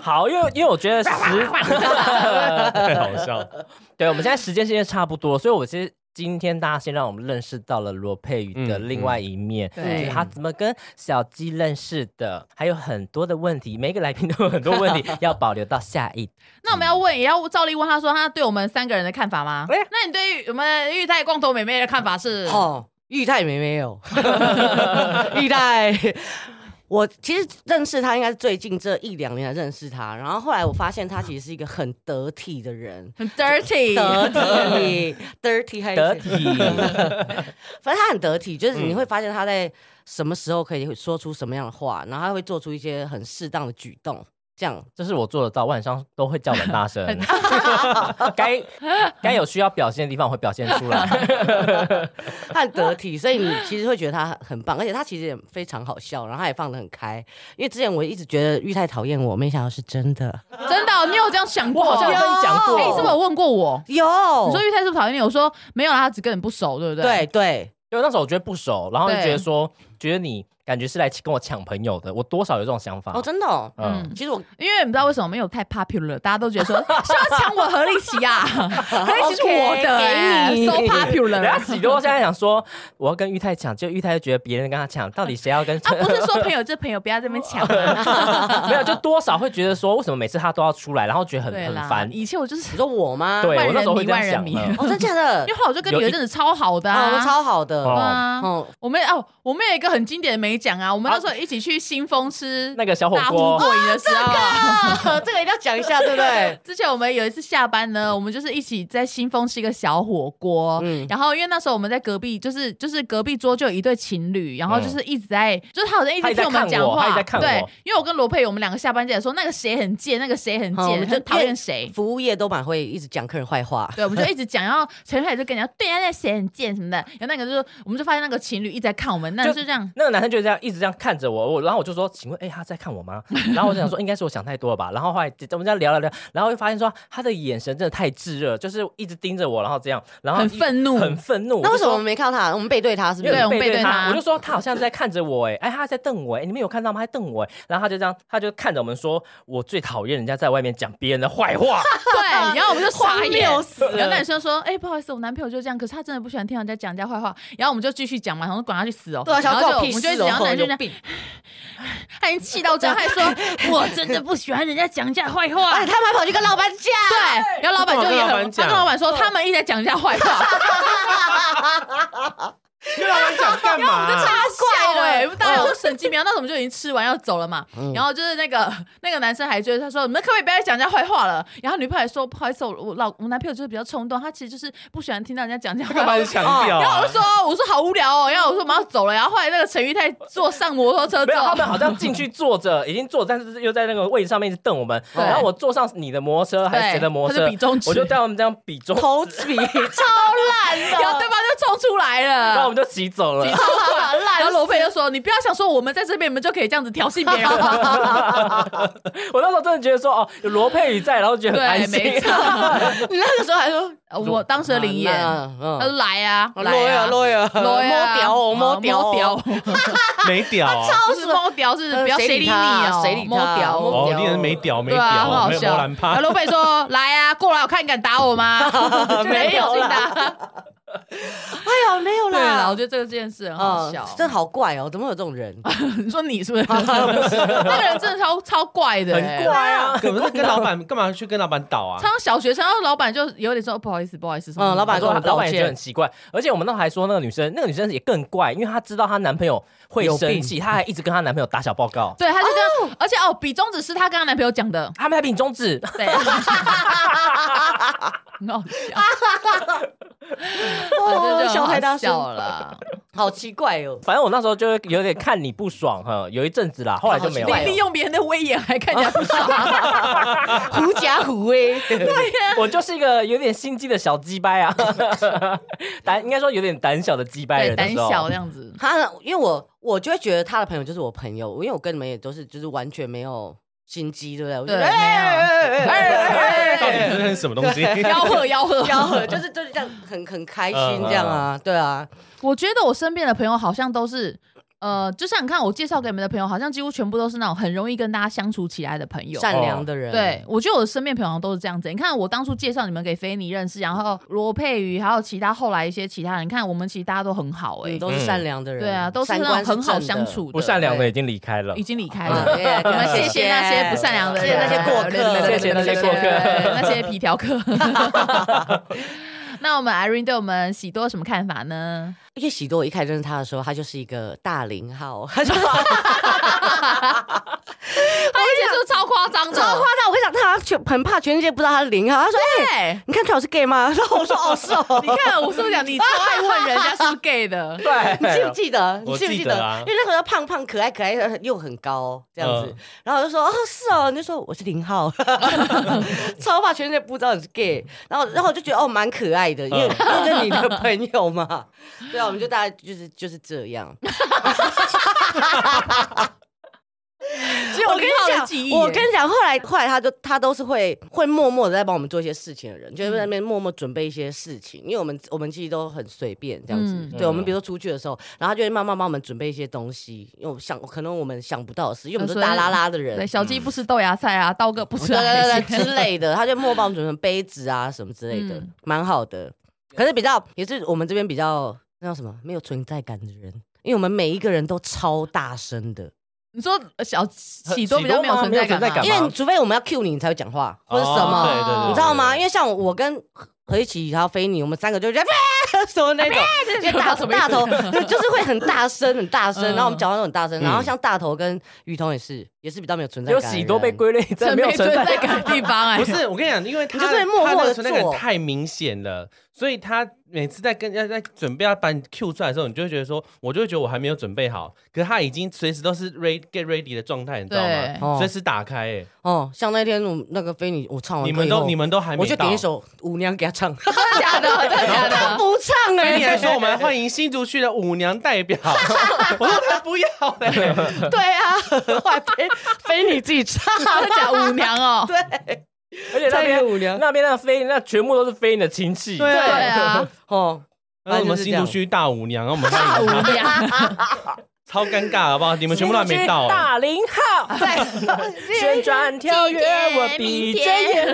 好，因为因为我觉得时，太好笑。 [LAUGHS] 对，我们现在时间现在差不多，所以我其实今天大家先让我们认识到了罗佩瑜的嗯另外一面，对就是他怎么跟小鸡认识的，还有很多的问题，每一个来宾都有很多问 [LAUGHS] 题要保留到下一。那我们要问，也要照例问他说他对我们三个人的看法吗？嗯哎呀那你对于我们玉带光头妹妹的看法是？哦，玉带没没有，哦 [LAUGHS] 玉带。我其实认识他，应该是最近这一两年才认识他。然后后来我发现他其实是一个很得体的人，很 dirty，得 [LAUGHS] 体，dirty 还得是体， [LAUGHS] 嗯反正他很得体，就是你会发现他在什么时候可以说出什么样的话，然后他会做出一些很适当的举动，这样。这是我做得到，晚上都会叫很大 [LAUGHS] 声，该该有需要表现的地方我会表现出来。他很得体，所以你其实会觉得他很棒，而且他其实也非常好笑，然后他也放得很开。因为之前我一直觉得玉太讨厌我，没想到是真的。 [LAUGHS] 真的哦、你有这样想过？我好像有跟你讲过哦哎、你是不是有问过我？有，你说玉太是不是讨厌你？我说没有啦，他只跟你不熟，对不对？对对，因为那时候我觉得不熟，然后就对觉得说，觉得你感觉是来跟我抢朋友的，我多少有这种想法。哦，真的、哦。嗯，其实我因为你知道为什么没有太 popular，大家都觉得说 [LAUGHS] 是要抢我何立奇呀、 [LAUGHS] 何立奇是我的、哎 OK，给你 s o 人家 popular。啊喜多现在想说，我要跟玉泰抢，就玉泰就觉得别人跟他抢，到底谁要跟？啊，不是说朋友这朋友不要这么抢、啊， [LAUGHS] 没有，就多少会觉得说，为什么每次他都要出来，然后觉得很对很啦烦。以前我就是你，说我吗？对，万我那时人候会迷这样万人想迷的。哦，真假的 [LAUGHS] 因为后来我就跟你有一阵子超好的啊，我啊，超好的。对哦啊。哦，我们哦，我们有一个很经典的美奖啊，我们那时候一起去新丰吃那个小火大呼锅过瘾的时候。啊， [LAUGHS] 这个一定要讲一下，对不对？之前我们有一次下班呢，我们就是一起在新丰吃一个小火锅，嗯然后因为那时候我们在隔壁，就是就是隔壁桌就有一对情侣，然后就是一直在，就是他好像一他直也在听们看讲嗯我他也话，在看对我，因为我跟罗佩，我们两个下班就在说那个谁很贱，那个谁很好我贱，们就就讨厌谁。 [LAUGHS] 服务业都蛮会一直讲客人坏话。对，我们就一直讲，然后陈凯就跟人家对啊，那谁很贱什么的，然后那个就是，我们就发现那个情侣一直在看我们，那就就这样，那个男生就这样一直这样看着我，我然后我就说，请问，哎、他在看我吗？然后我就想说，应该是我想太多了吧。然后后来我们这样聊了聊，然后又发现说，他的眼神真的太炙热，就是一直盯着我，然后这样，然后很一愤怒很愤怒。那为什么我我就说？们没看到他？我们背对他是不因为是对？我们背背对他他，我就说他好像在看着我、哎，哎，他在瞪我、哎，你们有看到吗？他在瞪我、哎然后他就这样，他就看着我们说，我最讨厌人家在外面讲别人的坏话。 [LAUGHS] [LAUGHS] 对，然后我们就荒傻眼谬死了然后那女生说：“哎、不好意思，我男朋友就这样，可是他真的不喜欢听人家讲人家坏话。”然后我们就继续讲嘛，然后管他去死哦。对啊，然想后关就我我屁们事就一直哦讲，那后女来生有就病。他已经气到这样，他还说：“ [LAUGHS] 我真的不喜欢人家讲人家坏话。哎，”他们还跑去跟老板讲。对，然后老板就也他跟老很，板他讲跟老板说他们一直在讲人家坏 [LAUGHS] 话，跟老板讲干嘛？ [LAUGHS] 欸哦他怪了，哎，大家有神机妙。那时候我们就已经吃完要走了嘛，嗯然后就是那个那个男生还追他说：“你们可不可以不要再讲人家坏话了？”然后女朋友还说：“不好意思，我我老我男朋友就是比较冲动，他其实就是不喜欢听到人家讲这样。”干嘛是强调然哦后我啊就？说：“我说好无聊哦。”然后我说：“我们要走了。”然后后来那个陈玉泰坐上摩托车没之有，后他，们好像进去坐着，已经坐，但是又在那个位置上面一直瞪我们。对然后我坐上你的摩托车还是谁的摩托他车就比中，指我就带他们这样比中，头比超烂的，然后对方就冲出来然后我了们。就骑走了。然后罗佩就说：“你不要想说我们在这边，你们就可以这样子挑衅别人。 [LAUGHS] 我那时候真的觉得说，哦，有罗佩宇在，然后觉得很安对，心。没 [LAUGHS] 错。你那个时候还说呃我当时的灵眼，他说嗯，来啊，来落呀啊，落呀，罗摸屌哦，摸屌摸屌哦，， [LAUGHS] 没屌啊！不是摸屌，是不要谁谁理理他你啊哦，谁理他摸啊屌摸哦，屌你人没屌没对啊，很屌，好没有笑。波兰然后趴，罗贝说：“来啊，过来，我看你敢打我吗？”没有啦啦，哎呀，没有对了，我觉啦，得这个件事很好嗯笑。真好怪哦，怎么会有这种人？你说你是不是？那个人真的超超怪的，很欸怪啊！可是跟老板干嘛去跟老板倒啊？超小学生，然后老板就有点说不好意思，不好意思什么。嗯老板说老跟我板道也歉觉得很奇怪，而且我们那时候还说那个女生，那个女生也更怪，因为她知道她男朋友会有生病气，她还一直跟她男朋友打小报告。对，他就跟，而且哦，比中指是她跟她男朋友讲的，他们还比你中指，对，很好笑，反正就笑很太好大笑声，了。好奇怪哦。 [LAUGHS] 反正我那时候就有点看你不爽哈，有一阵子啦，后来就没有好你奇怪利了。用别人的威严还看起来不爽，狐假虎威， [LAUGHS] 我就是一个有点心机的小鸡掰啊， [LAUGHS] 胆应该说有点胆小的鸡掰对，人的胆时候，小这样子。他因为我我就会觉得他的朋友就是我朋友，因为我跟你们也都是就是完全没有心机，对不对？我就觉得对没有哎哎哎哎到底哎是认识什么东西？ [LAUGHS] 吆喝吆 [LAUGHS] 喝吆喝，就是就是这样很很开心这样啊，对啊，我觉得我身边的朋友好像都是，呃，就像你看我介绍给你们的朋友，好像几乎全部都是那种很容易跟大家相处起来的朋友。善良的人，对，我觉得我的身边朋友好像都是这样子。你看，我当初介绍你们给菲尼认识，然后罗佩瑜，还有其他后来一些其他人，你看我们其实大家都很好哎、嗯，都是善良的人，对啊，都是三那种观很好正的相，处的，不善良的已经离开了已。经离开啊了。对啊我对啊们谢谢那些不善良的人，谢谢那些过客，对对对对谢谢那些过客对对对那些皮条客。那我们 Irene 对我们喜多有什么看法呢？因为喜多，我一开始认识他的时候，他就是一个大零号，他 [LAUGHS] 就他一说超夸张的，超夸张。我跟你讲，他全很怕全世界不知道他是零号。他说：“哎、对，你看出来我是 gay 吗？” [LAUGHS] 然后我说：“哦，是哦。你看我是不是 [LAUGHS] 讲你超爱问人家是不是 gay 的？ [LAUGHS] 对，你记不 [LAUGHS] 记得？你我记不记记得啊因为那时候胖胖可爱可爱又很高这样子，嗯然后我就说哦是哦，你就说我是零 [LAUGHS] 号，超怕全世界不知道你是 gay，然后然后我就觉得哦蛮可爱的，因为嗯因为是你的朋友嘛，对啊，我们就大概就是就是这样。 [LAUGHS] 只有我跟零号的你记忆讲，耶，我跟你讲，后来后来他就他都是会会默默的在帮我们做一些事情的人，就是在那嗯边默默准备一些事情，因为我们我们其实都很随便这样子。嗯对，我们比如说出去的时候，然后他就会慢慢帮我们准备一些东西，因为我想可能我们想不到的事，因为我哦们是大拉拉的人对，小鸡不吃豆芽菜啊，刀哥不吃对对对海对鲜之类的，他就默默帮我们准备杯子啊什么之类的嗯，蛮、好的。可是比较也是我们这边比较那叫什么没有存在感的人，因为我们每一个人都超大声的。你说小喜多比较没有存在感喜多吗没有存在吗感干？因嘛为除非我们要 cue 你，你才会讲话或者什哦么，对对对对你知道吗？对因为像我跟何一奇还有菲尼，我们三个就觉 [LAUGHS] 得什么那种，啊因为大头大 [LAUGHS] 头就是会很大声很大声，嗯然后我们讲话都很大声，然后嗯像大头跟雨桐也是也是比较没有存在有感的人，喜多被归类在这没有没存存在在感。感的地方哎不，是，我跟你讲，因为他你就是会默默地他的存在感做太明显了，所以他每次在跟要在准备要把你 Q 出来的时候，你就会觉得说，我就会觉得我还没有准备好，可是他已经随时都是 ready get ready 的状态，你知道对吗？哦随时打开、欸，哦，像那天我那个菲尼，我唱完你歌们以后都你们都还没哦我就到点一首《舞娘》给他 [LAUGHS] 唱，真的假的？真的假他的？不唱哎、菲尼还说我们欢迎新竹区的舞娘代表，我说才不要嘞、对啊，后来菲菲尼自己唱，真的假舞娘哦？对而且那在边舞娘那边那飞，那全部都是飞你的亲戚。对对啊，哦，然后我们新竹区大舞娘，然后我们欢舞迎她，娘，超尴尬好不好？你们全部都还没到、欸。大零号在旋转跳跃，我闭着眼。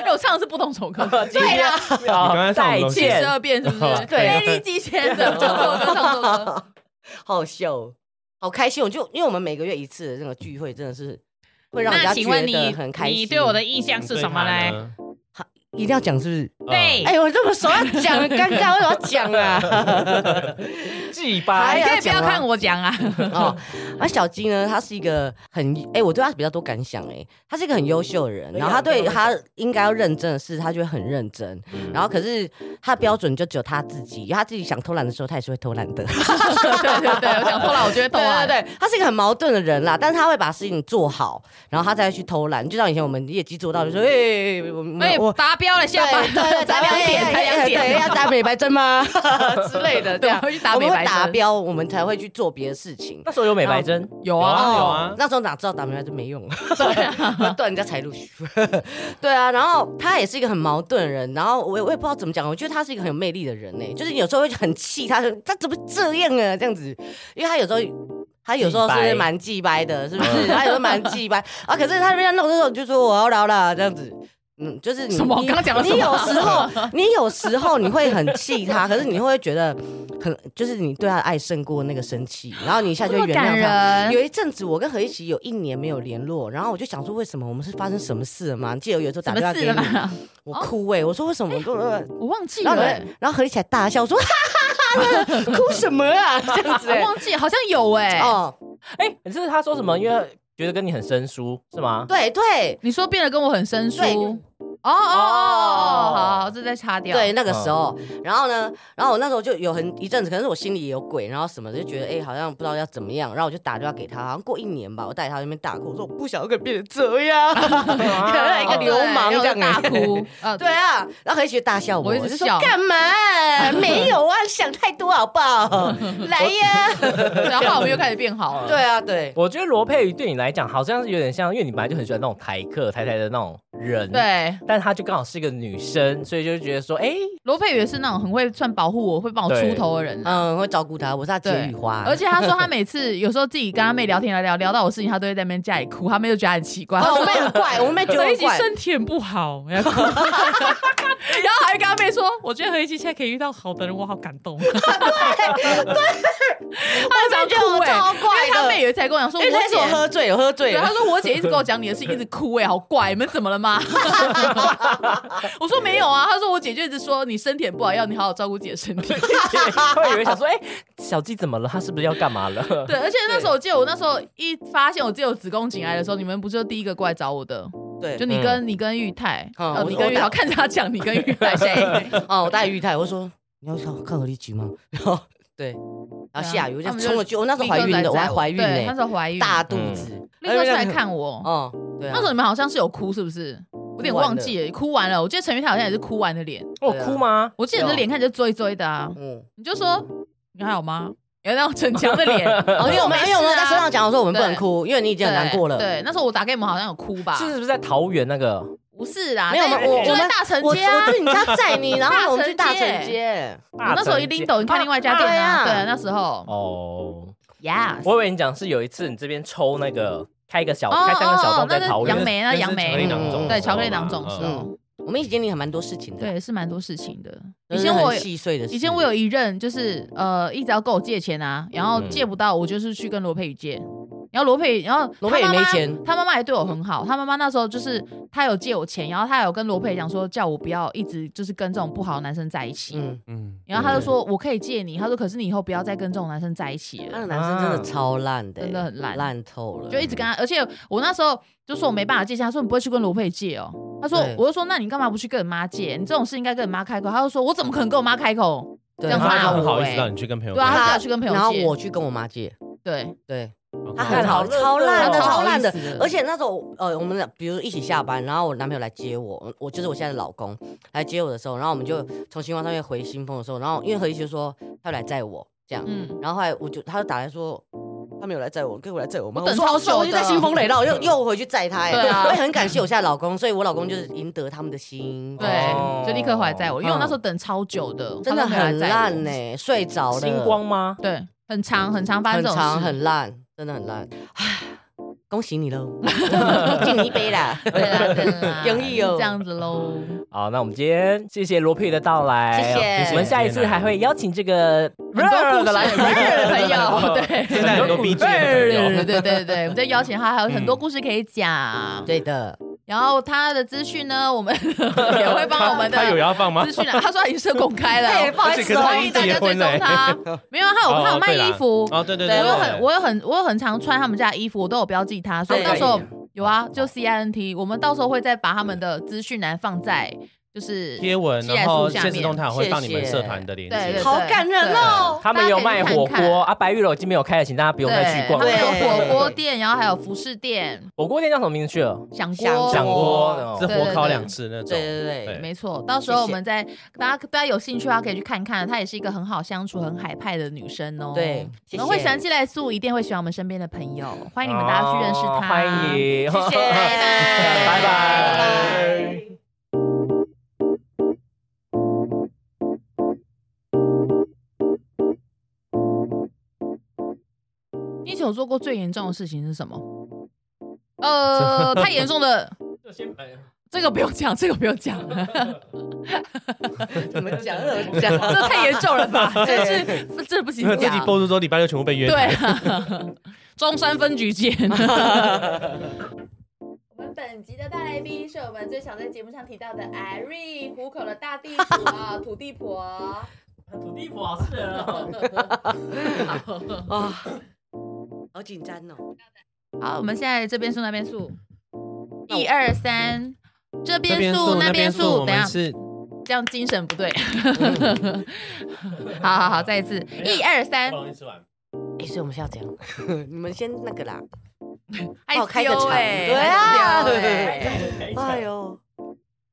因为我唱的是不同首歌，对呀，啊你刚才唱什再么东西七见 [LAUGHS] 十。二变是不是？ [LAUGHS] 对魅力极限的，唱这首歌，唱这首歌。 [LAUGHS] 好笑哦，好开心！我就因为我们每个月一次的那个聚会，真的是会让人家觉得很开心。印象是什么嘞？一定要讲是不是？对哎，我这么熟要讲，尴尬，为什么要讲啊？记吧还你有。可以不要要讲吗看我讲啊， [LAUGHS] 哦，而小鸡呢，他是一个很哎、我对他比较多感想哎、他是一个很优秀的人，然后他对他应该要认真的事，他就会很认真，嗯然后可是他的标准就只有他自己，因为他自己想偷懒的时候，他也是会偷懒 [LAUGHS] 的。对对对，我想偷懒，我就会偷对懒。对对，他是一个很矛盾的人啦，但是他会把事情做好，然后他再去偷懒，就像以前我们业绩做到，就说哎、欸我嗯哎我。达标了，下班对对对才两点，才两对点要打美白针吗？ [LAUGHS] 之类的，这样对我去打我们美白会针达标，我们才会去做别的事情。那时候有美白针，有啊啊，有哦那时候哪知道打美白针没用， [LAUGHS] 对，断人家财路。对啊，然后他也是一个很矛盾的人，然后我也我也不知道怎么讲，我觉得他是一个很有魅力的人呢、就是有时候会很气他，他怎么这样啊这样子，因为他有时候。他有时候鸡掰是蛮鸡掰的，是不嗯是？他有时候蛮鸡掰啊，可是他被他弄的时候，你就说我要聊了这样子，嗯，就是你什么我你刚刚讲了什么你有时候 [LAUGHS] 你有时候你会很气他，可是你会觉得很就是你对他的爱胜过那个生气，然后你一下就这么原谅他。感人。有一阵子，我跟何一奇有一年没有联络，然后我就想说，为什么我们是发生什么事了吗？记得有一次我打什电话么给事了你，嘛？我哭哎、我说为什么我都、我忘记然后了、你然后何一奇还大笑，我说哈哈哈哈，哭什么啊？这样子、我欸、忘记好像有哎、哦，哎，可是他说什么？因为觉得跟你很生疏，是 [LAUGHS] 吗？对对你说变得跟我很生疏。对哦哦哦哦哦，好，这再擦掉。对，，那个时候，然后呢，然后我那时候就有很一阵子，可能是我心里也有鬼，然后什么的，就觉得哎、好像不知道要怎么样，然后我就打电话给他，好像过一年吧，我带他那边大哭，我说我不想要跟别人这样，可啊能一个流氓这样、欸、大哭。啊，对啊，然后何一雪大笑我，我一直就说笑干 [LAUGHS] 嘛？没有啊，想太多好不 [LAUGHS] 好？来呀！ [LAUGHS] 然后我们又开始变好了。对啊，对，我觉得罗佩瑜对你来讲好像是有点像，因为你本来就很喜欢那种台客、台台的那种人，。对，但她就刚好是一个女生，所以就觉得说， [LAUGHS] 哎，罗佩宇是那种很会算保护我、会帮我出头的人啊。嗯，会照顾他，我是他解语花，而且他说他每次有时候自己跟他妹聊天聊聊聊到我事情，他都会在那边家里哭，他妹就觉得很奇怪。哦，我妹很 [LAUGHS] 怪，我妹觉得啊何一很奇怪，身体很不好，然后然后还跟他妹说，我觉得何一奇现在可以遇到好的人，我好感动。对对，他常我妹觉得我哭哎、超因怪为他妹的，有一次还跟我讲说，因我为那时姐候我喝醉，我喝醉对，了他。说我姐一直跟我讲你的事情，一直哭哎、好怪，你们怎么了 [LAUGHS] 吗？我说没有啊，他说我姐就一直说你身体很不好，要你好好照顾自己的身体。会以为想说，哎，小鸡怎么了？她是不是要干嘛了？对，啊而且那时候我记得我那时候一发现我自己有子宫颈癌的时候，你们不就第一个过来找我的？对就，你跟、你跟玉泰，嗯呃我你跟我玉泰，我看着他讲你跟玉 [LAUGHS] 泰谁？哦，我带玉泰，我说你要看看何立奇吗？ [LAUGHS] 然后对，然后下雨，我啊他就们就冲过去，我那时候怀孕立刻来的，我还载怀孕对那呢时，候怀孕，欸大肚子，立刻出来哎，看我。哦，对啊，那时候你们好像是有哭，是不是？有点忘记了，哭完了。我记得陈玉泰好像也是哭完的脸，我哦哭吗？我记得你的脸看起来就追追的啊。嗯，你就说你还好吗？有那种逞强的 [LAUGHS] 脸，哦，因为我们因为我没事啊们在车上讲，我说我们不能对哭，因为你已经很难过了，对，对那时候我打给你们好像有哭吧？是不是在桃园那个？不是啦，没有但我我就在们大城我街啊我。去你家 [LAUGHS] 载你，然后我们去大大城城街街。我那时候一拎斗，你看另外一家店啊，啊对对啊啊，那时候哦， ，yes，哦我以为你讲是有一次你这边抽那嗯个开一个小开三个小洞那在是桃杨园，梅，那就是杨梅嗯巧克力囊肿对，的时候巧克力嘛囊肿的时嗯候，我们一起经历还蛮多事情的，对，是蛮多事情的。都以是前我很细碎的事。以前我有一任就是呃，一直要跟我借钱啊，然嗯后借不到，我就是去跟罗佩宇借。然后罗佩宇，然后罗佩宇他妈妈没钱他妈妈也对我很好。他妈妈那时候就是他有借我钱，然后他有跟罗佩宇讲说，叫我不要一直就是跟这种不好的男生在一起。嗯，嗯，然后他就说我可以借你，他说可是你以后不要再跟这种男生在一起那了，个男生真的超烂的、欸真的很烂烂透了。就一直跟他。而且我那时候就说我没办法借钱，他说你不会去跟罗佩宇借哦。他说对，我就说那你干嘛不去跟你妈借？你这种事应该跟你妈开口。他就说我怎么可能跟我妈开口？对这样然后骂他我就不好意欸思让你去跟朋友对啊，分他叫我他去跟朋友借。然后我去跟我妈借，对， [LAUGHS] 对享他看很好，好乐啊超烂的，色哦超烂的不好意思。而且那时候呃，我们俩比如一起下班，然后我男朋友来接我，我就是我现在的老公来接我的时候，然后我们就从新光上面回新丰的时候，然后因为何一就说他要来载我这样，嗯。然后后来我就他就打来说。他没有来载我，跟我来载我妈。我等说超好爽，久我就在的新丰垒道，又又回去载他。哎对啊我也很感谢我现在老公，所以我老公就是赢得他们的心。哦嗯对，就立刻怀载我，因为我那时候等超久的，真他的都没有来很载我烂呢、，睡着了。哦星光吗？对，很长很长，发生很这种长事很烂，真的很烂。唉，恭喜 [LAUGHS] 你喽，敬你一杯啦。对啊啦对啦，容易哦这样子喽。好，那我们今天谢谢罗佩的到来，谢谢我们下一次还会邀请这个很多故事的来很热的 [LAUGHS] 朋友，对， [LAUGHS] 现在很多 B G 的朋友哎对对对对，我们再邀请他，还有很多故事可以讲。对的，然后他的资讯呢，我们也会帮我们的他有要放吗资？讯啊。他说他已经是公开哎，了，不好意而且可思是哦，他欢迎已经大结家追婚踪了欸他。没有，他有他有哦卖对啦衣服，哦，对对对对，啊我有对很，我有很，我有很常穿他们家的衣服，我都有标记他，所以对到时候有啊，就 C I N T，我们到时候会再把他们的资讯栏放在就是贴文，既然然后是下现实面动态我会放你们谢谢社团的链对对接对，好感人哦。他们有卖大家火可以去看锅啊，白玉楼已经没有开了，请大家不用对，再去逛他了。们有对火锅店，然后还有服饰店、火锅店叫什么名字去了？响锅锅。讲锅是哦，火烤两次那种对。对对，没错，到时候我们再大家大家有兴趣的话可以去看看，她也是一个很好相处、很海派的女生哦。对我谢谢们会喜欢寄来素，一定会喜欢我们身边的朋友，欢迎你们大家去认识她。哦欢迎，[LAUGHS] 谢谢，拜拜拜。你以前有做过最严重的事情是什 [LAUGHS] 么？呃，太严重的，这个不用讲，这个不用讲， [LAUGHS] 怎么讲？怎 [LAUGHS] 么这讲？这太严重了吧？这是这不行没有自己讲。播出之后，礼拜六全部被约对谈。啊，中山分局 [LAUGHS] 见。我们本集的大来宾是我们最常在节目上提到的 Irene，虎口的大地 [LAUGHS] 婆、土地婆。土地婆好吃哦。啊，好紧张哦！好，我们现在这边数那边数，一二三，这这边数那边我数，等一们下是这样精神不对。嗯 [LAUGHS] 好好好，再一次，一二三，哦易吃完。哎，所以我们是要这样， [LAUGHS] 你们先那个啦。哎帮我开个场哎，对啊哎哎哎呦，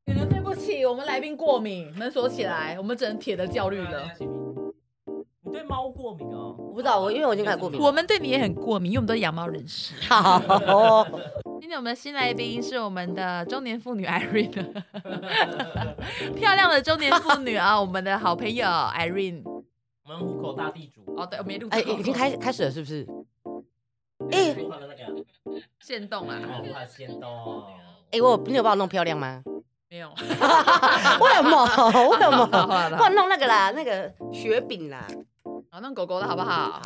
你们对不起，我们来宾过敏，门锁起来，我们只能铁的焦虑了。 [LAUGHS] 你对猫过敏哦？ [LAUGHS] 我不知道，我因为我已经开始过敏了。我们对你也很过敏，因为我们都是养猫人士。好，今天我们的新来宾是我们的中年妇女 Irene，漂亮的中年妇女啊，我们的好朋友 Irene。我们虎口大地主。哦，对，我没录到， [LAUGHS] 哎，已经开开始了，是不是？哎虎口的那个 [LAUGHS] 现动啊，哦，我先哦动。哎，我有你有把我弄漂亮吗？ [LAUGHS] 没有。为什么？为什么？好了好了啊帮我弄那个啦，那个雪饼啦。好，弄狗狗的好不好？